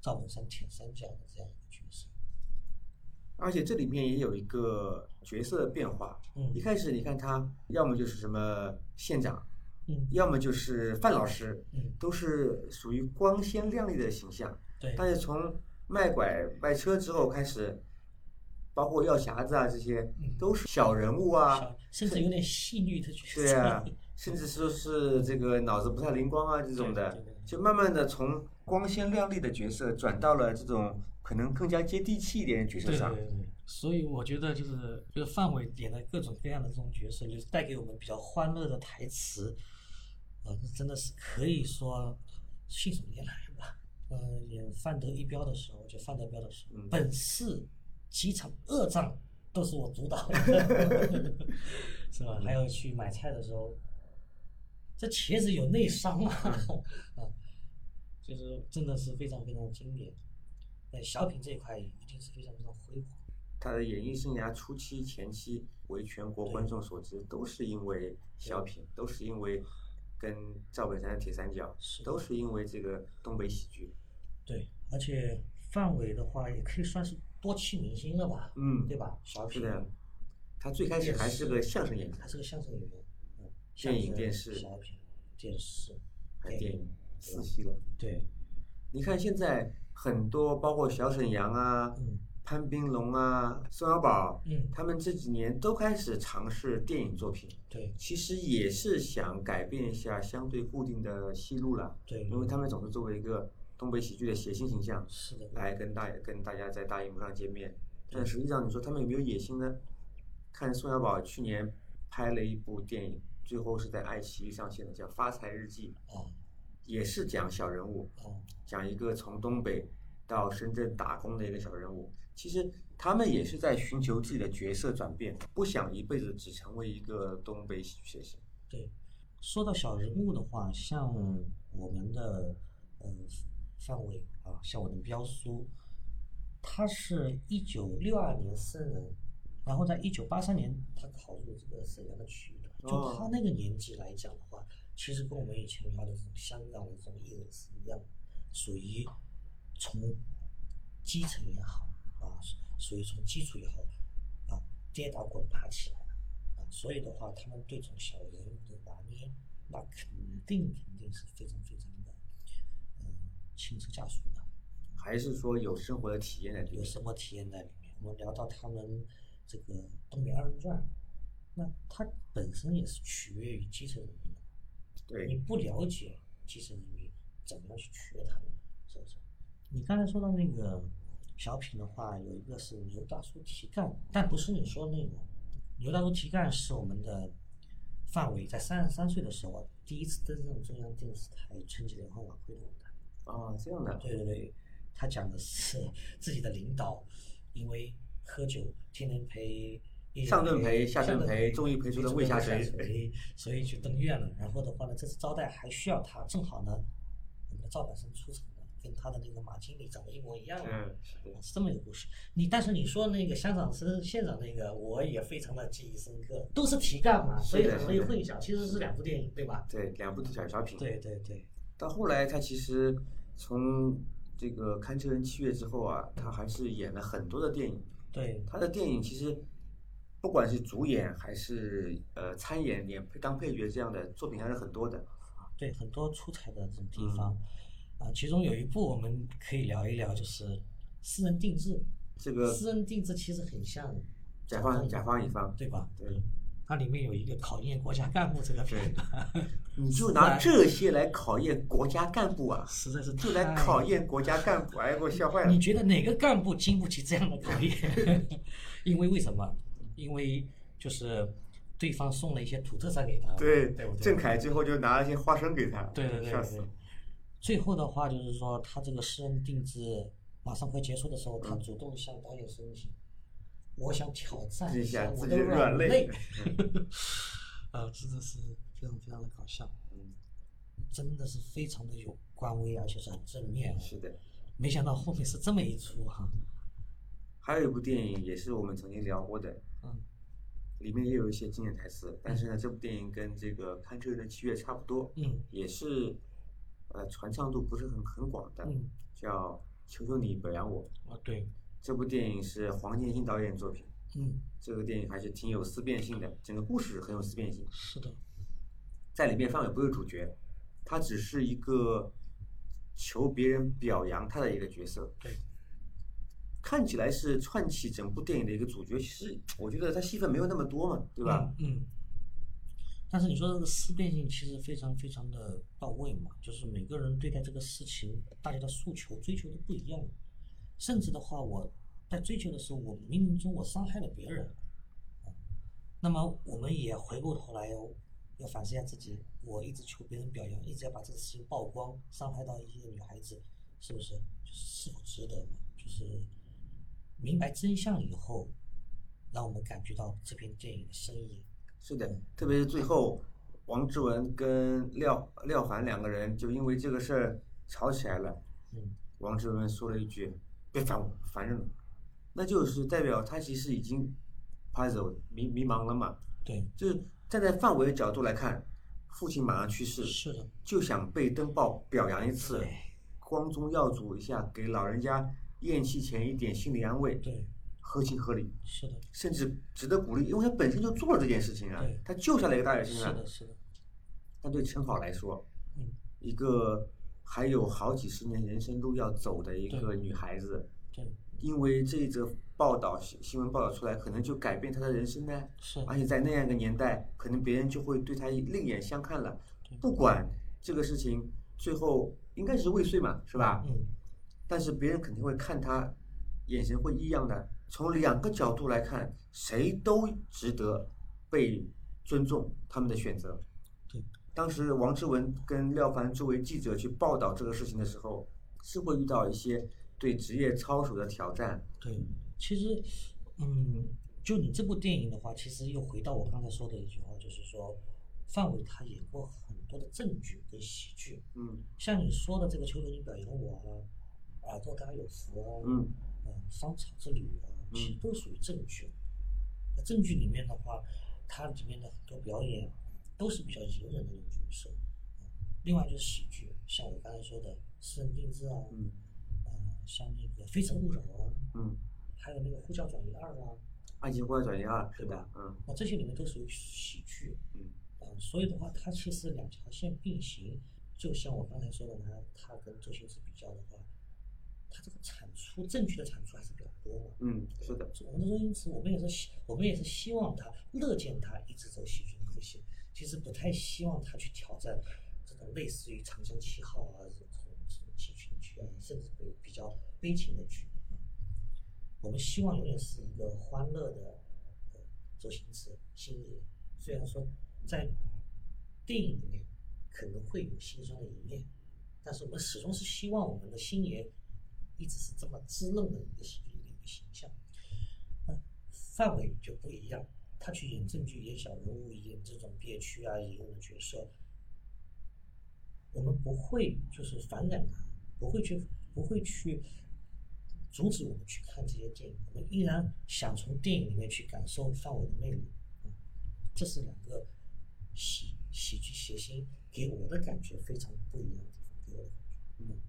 Speaker 2: 赵本山、铁三角的这样一个角色。
Speaker 1: 而且这里面也有一个角色的变化。
Speaker 2: 嗯
Speaker 1: 一开始你看他，要么就是什么县长，
Speaker 2: 嗯
Speaker 1: 要么就是范老师，
Speaker 2: 嗯，
Speaker 1: 都是属于光鲜亮丽的形象。
Speaker 2: 对，
Speaker 1: 但是从卖拐卖车之后开始，包括药匣子啊这些
Speaker 2: 嗯，
Speaker 1: 都是小人物啊
Speaker 2: 小，甚至有点戏谑的角色。
Speaker 1: 对
Speaker 2: (laughs)
Speaker 1: 啊，甚至说是这个脑子不太灵光啊这种
Speaker 2: 对
Speaker 1: 的
Speaker 2: 对对，
Speaker 1: 就慢慢的从光鲜亮丽的角色转到了这种可能更加接地气一点的角色
Speaker 2: 对
Speaker 1: 上。
Speaker 2: 对对，所以我觉得就是就是范伟演的各种各样的这种角色，就是带给我们比较欢乐的台词，呃，这真的是可以说信手拈来吧。呃，演范德一彪的时候，就范德彪的时候，
Speaker 1: 嗯
Speaker 2: 本是几场恶仗都是我主导的， (laughs) 是吧？还有去买菜的时候，这茄子有内伤啊，啊，
Speaker 1: 嗯
Speaker 2: (laughs) 就是真的是非常非常经典。在小品这一块一定是非常非常辉煌。
Speaker 1: 他的演艺生涯初期、前期为全国观众所知，都是因为小品，都是因为跟赵本山的铁三角，
Speaker 2: 是
Speaker 1: 都是因为这个东北喜剧。
Speaker 2: 对，而且范伟的话也可以算是多栖明星了吧，
Speaker 1: 嗯
Speaker 2: 对吧？小
Speaker 1: 是
Speaker 2: 品
Speaker 1: 的，他最开始还是个相声演员，
Speaker 2: 还是个相声演员，嗯，
Speaker 1: 电影
Speaker 2: 相声
Speaker 1: 电视
Speaker 2: 小品、电视、
Speaker 1: 还电影四期了。
Speaker 2: 对，
Speaker 1: 你看现在很多，包括小沈阳啊、
Speaker 2: 嗯
Speaker 1: 潘斌龙啊、宋小宝，
Speaker 2: 嗯，
Speaker 1: 他们这几年都开始尝试电影作品，
Speaker 2: 对
Speaker 1: 其实也是想改变一下相对固定的戏路啦。
Speaker 2: 对，
Speaker 1: 因为他们总是作为一个东北喜剧的谐星形象
Speaker 2: 是的，
Speaker 1: 来跟大跟大家在大荧幕上见面，但实际上你说他们有没有野心呢？看宋小宝去年拍了一部电影，最后是在爱奇艺上线的，叫《发财日记
Speaker 2: 啊》，
Speaker 1: 也是讲小人物，
Speaker 2: 啊，
Speaker 1: 讲一个从东北到深圳打工的一个小人物。其实他们也是在寻求自己的角色转变，不想一辈子只成为一个东北喜剧谐星。
Speaker 2: 对。说到小人物的话，像我们的呃范伟啊，像我的彪叔，他是一九六二年生人，然后在一九八三年他考入这个沈阳的曲艺团。就他那个年纪来讲的话，其实跟我们以前聊的这种香港的这种艺人是一样的，属于从基层也好啊，属于从基础也好啊，跌打滚爬起来的啊，所以的话，他们对这种小人物的拿捏，那肯定肯定是非常非常的，嗯，轻车驾熟的。
Speaker 1: 还是说有生活的体验在里
Speaker 2: 有
Speaker 1: 面？
Speaker 2: 什么体验在里面。我们聊到他们这个东北二人转，那它本身也是取悦于基层人民的。
Speaker 1: 对，
Speaker 2: 你不了解基层人民，怎么样去取悦他们，是不是？你刚才说到那个小品的话，有一个是牛大叔提干，但不是你说那个牛大叔提干是我们的范伟在三十三岁的时候啊第一次登上中央电视台春节联欢晚会的舞台。
Speaker 1: 啊，这样的，
Speaker 2: 嗯对对对，他讲的是自己的领导，因为喝酒天天陪一
Speaker 1: 上顿
Speaker 2: 陪
Speaker 1: 陪下
Speaker 2: 上
Speaker 1: 顿陪终于陪出了胃下垂
Speaker 2: 垂，所以去登院了。然后的话呢，这次招待还需要他，正好呢，我们的赵本山出场了，跟他的那个马经理长得一模一样啊。
Speaker 1: 嗯，是的，
Speaker 2: 是这么一个故事。你但是你说那个香港市县长那个，我也非常的记忆深刻，都是题干嘛，所以
Speaker 1: 是的
Speaker 2: 很
Speaker 1: 是
Speaker 2: 容易
Speaker 1: 的
Speaker 2: 混淆。其实是两部电影，对吧？
Speaker 1: 对，两部小小品。
Speaker 2: 对对对，
Speaker 1: 到后来，他其实从这个《堪车人七月》之后啊，他还是演了很多的电影。
Speaker 2: 对
Speaker 1: 他的电影其实不管是主演还是呃参演、演配当配角这样的作品还是很多的。
Speaker 2: 对很多出彩的这种地方，
Speaker 1: 嗯
Speaker 2: 啊，其中有一部我们可以聊一聊，就是私人定制。
Speaker 1: 这个
Speaker 2: 私人定制其实很像
Speaker 1: 甲方、甲方乙方，
Speaker 2: 对吧？
Speaker 1: 对，
Speaker 2: 它里面有一个考验国家干部这个片
Speaker 1: (laughs)
Speaker 2: 段，
Speaker 1: 你就拿这些来考验国家干部啊，
Speaker 2: 实在是
Speaker 1: 就来
Speaker 2: 太
Speaker 1: 考验国家干部，哎呀，给我笑坏了
Speaker 2: 你。觉得哪个干部经不起这样的考验？ (laughs) 因为为什么？因为就是对方送了一些土特产给他，
Speaker 1: 对
Speaker 2: 对不，对？
Speaker 1: 郑恺最后就拿了些花生给他，
Speaker 2: 对对对
Speaker 1: 笑
Speaker 2: 对
Speaker 1: 嗯死
Speaker 2: 对
Speaker 1: 了。。
Speaker 2: 最后的话就是说，他这个私人定制马上快结束的时候，
Speaker 1: 嗯
Speaker 2: 他主动向导演申请，我想挑战
Speaker 1: 一
Speaker 2: 一
Speaker 1: 下
Speaker 2: 下
Speaker 1: 自
Speaker 2: 我
Speaker 1: 己
Speaker 2: 的
Speaker 1: 的软
Speaker 2: 软
Speaker 1: 肋
Speaker 2: 肋。啊，真的是非常非常的搞笑，
Speaker 1: 嗯，
Speaker 2: 真的是非常的有官威，而且是很正面。
Speaker 1: (laughs)
Speaker 2: 哦
Speaker 1: 是的。
Speaker 2: 没想到后面是这么一出哈、
Speaker 1: 还有一部电影也是我们曾经聊过的，
Speaker 2: 嗯，
Speaker 1: 里面也有一些经典台词，但是呢，这部电影跟这个《看车人的七月》差不多，
Speaker 2: 嗯
Speaker 1: 也是呃传唱度不是很很广的，
Speaker 2: 嗯，
Speaker 1: 叫《求求你表扬我》。
Speaker 2: 啊对，
Speaker 1: 这部电影是黄建新导演作品，
Speaker 2: 嗯
Speaker 1: 这个电影还是挺有思辨性的，整个故事很有思辨性，
Speaker 2: 是的，
Speaker 1: 在里面范伟不是主角，他只是一个求别人表扬他的一个角色，
Speaker 2: 对，
Speaker 1: 看起来是串起整部电影的一个主角，其实我觉得他戏份没有那么多嘛，对吧？
Speaker 2: 嗯？嗯。但是你说的这个思辨性其实非常非常的到位嘛，就是每个人对待这个事情，大家的诉求追求的不一样，甚至的话，我在追求的时候，我冥冥中我伤害了别人，啊那么我们也回过头来要要反思一下自己，我一直求别人表扬，一直要把这个事情曝光，伤害到一些女孩子，是不是？就是是否值得？就是明白真相以后，让我们感觉到这篇电影的深意。
Speaker 1: 是的，特别是最后，王志文跟廖廖凡两个人就因为这个事儿吵起来了。
Speaker 2: 嗯，
Speaker 1: 王志文说了一句：“别烦我，烦着呢。”那就是代表他其实已经 puzzle 迷迷茫了嘛。
Speaker 2: 对，
Speaker 1: 就是站在范围的角度来看，父亲马上去世，
Speaker 2: 是的，
Speaker 1: 就想被登报表扬一次，
Speaker 2: 对
Speaker 1: 光宗耀祖一下，给老人家咽气前一点心理安慰，
Speaker 2: 对，
Speaker 1: 合情合理。
Speaker 2: 是的，
Speaker 1: 甚至值得鼓励，因为他本身就做了这件事情啊
Speaker 2: 对，
Speaker 1: 他救下了一个大学
Speaker 2: 是
Speaker 1: 生啊。
Speaker 2: 的，是的，
Speaker 1: 但对陈好来说，
Speaker 2: 嗯，
Speaker 1: 一个还有好几十年人生路要走的一个女孩子，
Speaker 2: 对，
Speaker 1: 因为这一则报道新新闻报道出来，可能就改变她的人生呢。
Speaker 2: 是，
Speaker 1: 而且在那样一个年代，可能别人就会对她另眼相看了
Speaker 2: 对。
Speaker 1: 不管这个事情最后应该是未遂嘛，是吧？
Speaker 2: 嗯，
Speaker 1: 但是别人肯定会看她，眼神会异样的。从两个角度来看，谁都值得被尊重他们的选择。
Speaker 2: 对，
Speaker 1: 当时王志文跟廖凡作为记者去报道这个事情的时候，是会遇到一些对职业操守的挑战。
Speaker 2: 对，其实，嗯，就你这部电影的话，其实又回到我刚才说的一句话，就是说，范伟他演过很多的正剧跟喜剧，
Speaker 1: 嗯
Speaker 2: 像你说的这个《求求你表扬我》啊，《耳朵刚有福》啊，
Speaker 1: 嗯，
Speaker 2: 呃，商场之旅啊，其实
Speaker 1: 嗯
Speaker 2: 都属于正剧。那正剧里面的话，它里面的很多表演都是比较隐忍的那种角色。嗯另外就是喜剧，像我刚才说的《私人定制》啊，
Speaker 1: 嗯
Speaker 2: 呃，像那个《非诚勿扰》啊，
Speaker 1: 嗯，
Speaker 2: 还有那个《呼叫转移二》啊，
Speaker 1: 爱情观转移二是
Speaker 2: 对
Speaker 1: 吧
Speaker 2: 吧？
Speaker 1: 嗯
Speaker 2: 那这些里面都属于喜剧。
Speaker 1: 嗯
Speaker 2: 嗯，所以的话，它其实两条线并行，就像我刚才说的呢，它跟周星驰比较的话，它这个产出正确的产出还是比较多的。
Speaker 1: 嗯，是的，
Speaker 2: 我们的周星驰，我们也是希，我们也是希望他乐见他一直走喜剧路线，其实不太希望他去挑战这种类似于《长江七号》啊这种这种剧情剧啊，甚至会比较悲情的剧。我们希望永远是一个欢乐的呃周星驰星爷，虽然说在电影里面可能会有心酸的一面，但是我们始终是希望我们的星爷一直是这么滋润的一个喜剧的一个形象。那范伟就不一样，他去演正剧、演小人物、演这种憋屈啊、隐忍的角色，我们不会就是反感他，不会去不会去阻止我们去看这些电影，我们依然想从电影里面去感受范围的魅力。嗯，这是两个喜喜剧谐星给我的感觉非常不一样的地方，给我的感觉。嗯，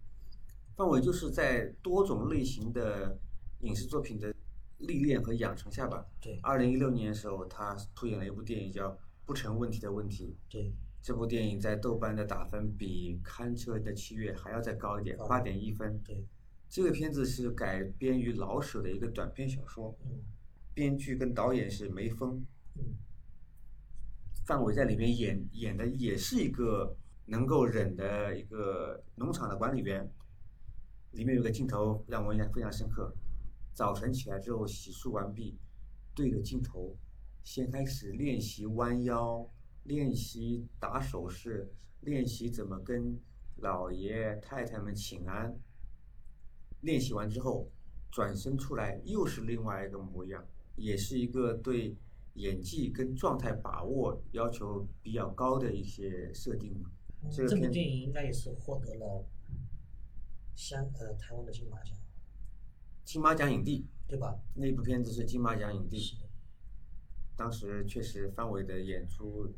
Speaker 1: 范伟就是在多种类型的影视作品的历练和养成下吧。
Speaker 2: 对
Speaker 1: 二零一六年的时候，他出演了一部电影叫《不成问题的问题》。
Speaker 2: 对
Speaker 1: 这部电影在豆瓣的打分比《堪车的七月》还要再高一点，
Speaker 2: 高
Speaker 1: 八点一分。
Speaker 2: 对，
Speaker 1: 这个片子是改编于老舍的一个短篇小说，
Speaker 2: 嗯
Speaker 1: 编剧跟导演是梅峰，
Speaker 2: 嗯
Speaker 1: 范伟在里面演演的也是一个能够忍的一个农场的管理员。里面有个镜头让我印象非常深刻，早晨起来之后洗漱完毕，对着镜头，先开始练习弯腰，练习打手势，练习怎么跟老爷太太们请安。练习完之后，转身出来又是另外一个模样，也是一个对演技跟状态把握要求比较高的一些设定嘛。这个
Speaker 3: 这部
Speaker 1: 片子
Speaker 3: 电影应该也是获得了香呃台湾的金马奖，
Speaker 1: 金马奖影帝，
Speaker 3: 对吧？
Speaker 1: 那部片子是金马奖影帝。
Speaker 3: 是的，
Speaker 1: 当时确实范伟的演出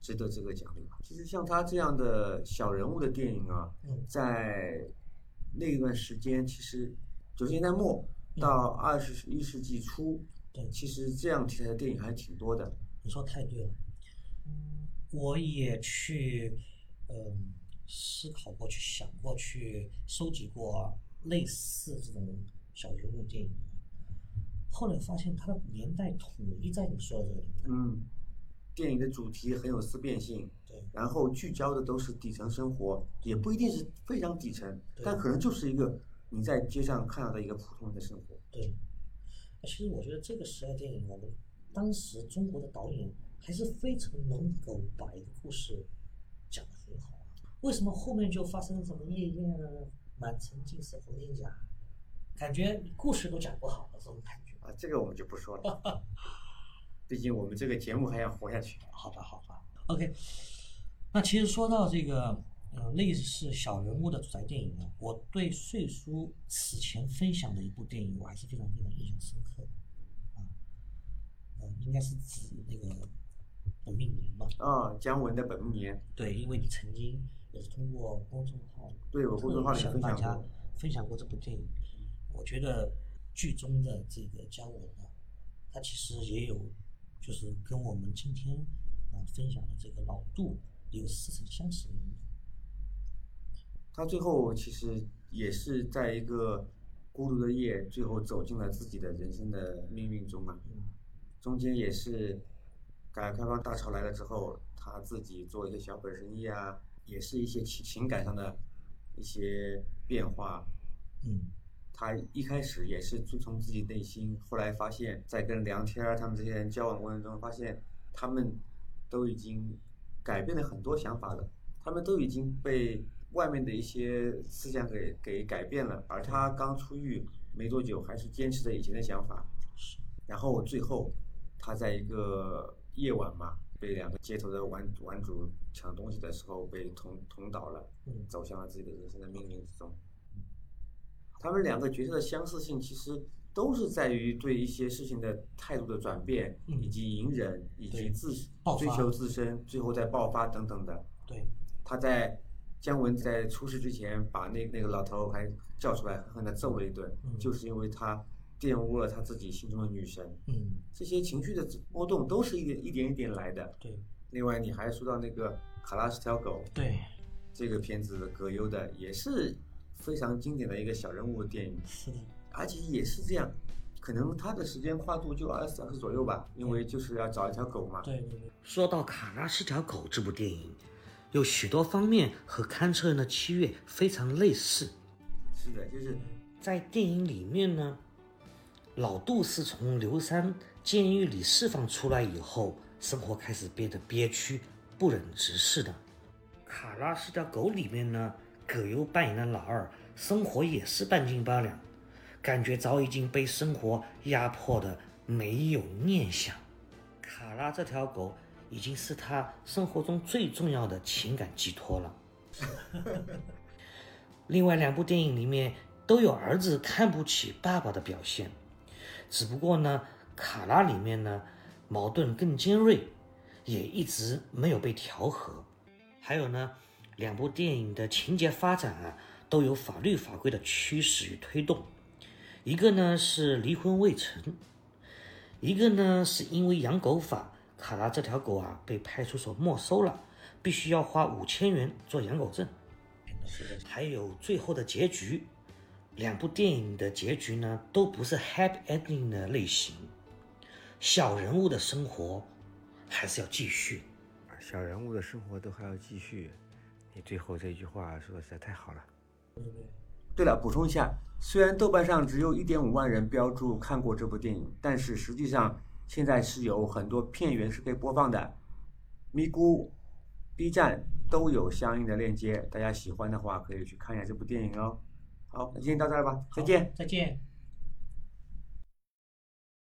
Speaker 1: 值得这个奖励吧。其实像他这样的小人物的电影啊，
Speaker 3: 嗯
Speaker 1: 在那一段时间，其实九十年代末到二十一世纪初，
Speaker 3: 嗯对
Speaker 1: 其实这样题材的电影还挺多的。
Speaker 3: 你说太对了。
Speaker 2: 我也去，嗯，思考过，去想过，去收集过类似这种小人物电影。后来发现它的年代统一在你说的这个里面。
Speaker 1: 嗯，电影的主题很有思辨性，
Speaker 3: 对
Speaker 1: 然后聚焦的都是底层生活，也不一定是非常底层，
Speaker 3: 对
Speaker 1: 但可能就是一个你在街上看到的一个普通人的生活。
Speaker 3: 对，
Speaker 2: 其实我觉得这个时代电影，我们当时中国的导演还是非常能够把一个故事讲得很好啊。为什么后面就发生什么夜宴啊、满城尽是黄金甲，感觉故事都讲不好的这种感觉？
Speaker 1: 啊，这个我们就不说了，
Speaker 2: (laughs)
Speaker 1: 毕竟我们这个节目还要活下去。
Speaker 2: 好吧，好吧，OK。那其实说到这个，呃，类似小人物的主宅电影呢，我对岁叔此前分享的一部电影，我还是非常非常印象深刻的啊，呃，应该是指那个本命年吧？
Speaker 1: 啊，姜文的本命年，
Speaker 2: 对，因为你曾经也是通过公众号
Speaker 1: 对我公众号里
Speaker 2: 特别
Speaker 1: 分
Speaker 2: 向大
Speaker 1: 享
Speaker 2: 家
Speaker 1: 过，
Speaker 2: 分享过这部电影。我觉得剧中的这个姜文呢，他其实也有，就是跟我们今天啊、分享的这个老杜有似曾相识的地方。
Speaker 1: 他最后其实也是在一个孤独的夜，最后走进了自己的人生的命运中啊嘛。
Speaker 2: 嗯，
Speaker 1: 中间也是改革开放大潮来了之后，他自己做一些小本生意啊，也是一些情情感上的一些变化。
Speaker 2: 嗯，
Speaker 1: 他一开始也是遵从自己内心，后来发现，在跟梁天儿他们这些人交往过程中，发现他们都已经改变了很多想法了，他们都已经被外面的一些思想给给改变了，而他刚出狱没多久，还是坚持着以前的想法。
Speaker 2: 是，
Speaker 1: 然后最后，他在一个夜晚嘛，被两个街头的玩玩主抢东西的时候被捅捅倒了，
Speaker 2: 嗯，
Speaker 1: 走向了自己的人生的命运之中。他们两个角色的相似性其实都是在于对一些事情的态度的转变，
Speaker 2: 嗯
Speaker 1: 以及隐忍，以及
Speaker 2: 对
Speaker 1: 自
Speaker 2: 爆发
Speaker 1: 追求自身，最后再爆发等等的。
Speaker 2: 对，
Speaker 1: 他在姜文在出事之前，把那那个老头还叫出来，狠狠的揍了一顿，
Speaker 2: 嗯
Speaker 1: 就是因为他玷污了他自己心中的女神。
Speaker 2: 嗯，
Speaker 1: 这些情绪的波动都是一点一点一点来的。
Speaker 2: 对，
Speaker 1: 另外，你还说到那个《卡拉是条狗》
Speaker 2: 对，
Speaker 1: 这个片子的葛优的，也是非常经典的一个小人物电影，
Speaker 2: 是的，
Speaker 1: 而且也是这样，可能它的时间跨度就二十小时左右吧，因为就是要找一条狗嘛。
Speaker 2: 对对对，
Speaker 3: 说到《卡拉是条狗》这部电影，有许多方面和《堪车人的七月》非常类似。
Speaker 1: 是的，就是
Speaker 3: 在电影里面呢，老杜是从硫山监狱里释放出来以后，生活开始变得憋屈、不忍直视的。卡拉是条狗里面呢，葛优扮演的老二，生活也是半斤八两，感觉早已经被生活压迫的没有念想。卡拉这条狗已经是他生活中最重要的情感寄托了。另外两部电影里面都有儿子看不起爸爸的表现，只不过呢，卡拉里面呢矛盾更尖锐，也一直没有被调和。还有呢，两部电影的情节发展啊，都有法律法规的驱使与推动。一个呢是离婚未成，一个呢是因为养狗法，卡拉这条狗啊被派出所没收了，必须要花五千元做养狗证。还有最后的结局，两部电影的结局呢都不是 happy ending 的类型，小人物的生活还是要继续。
Speaker 4: 小人物的生活都还要继续。你最后这句话说的实在太好了。
Speaker 1: 对了，补充一下，虽然豆瓣上只有一点五万人标注看过这部电影，但是实际上现在是有很多片源是被播放的，咪咕、B 站、都有相应的链接，大家喜欢的话可以去看一下这部电影哦。好，那今天到这儿吧，再见。
Speaker 2: 再见。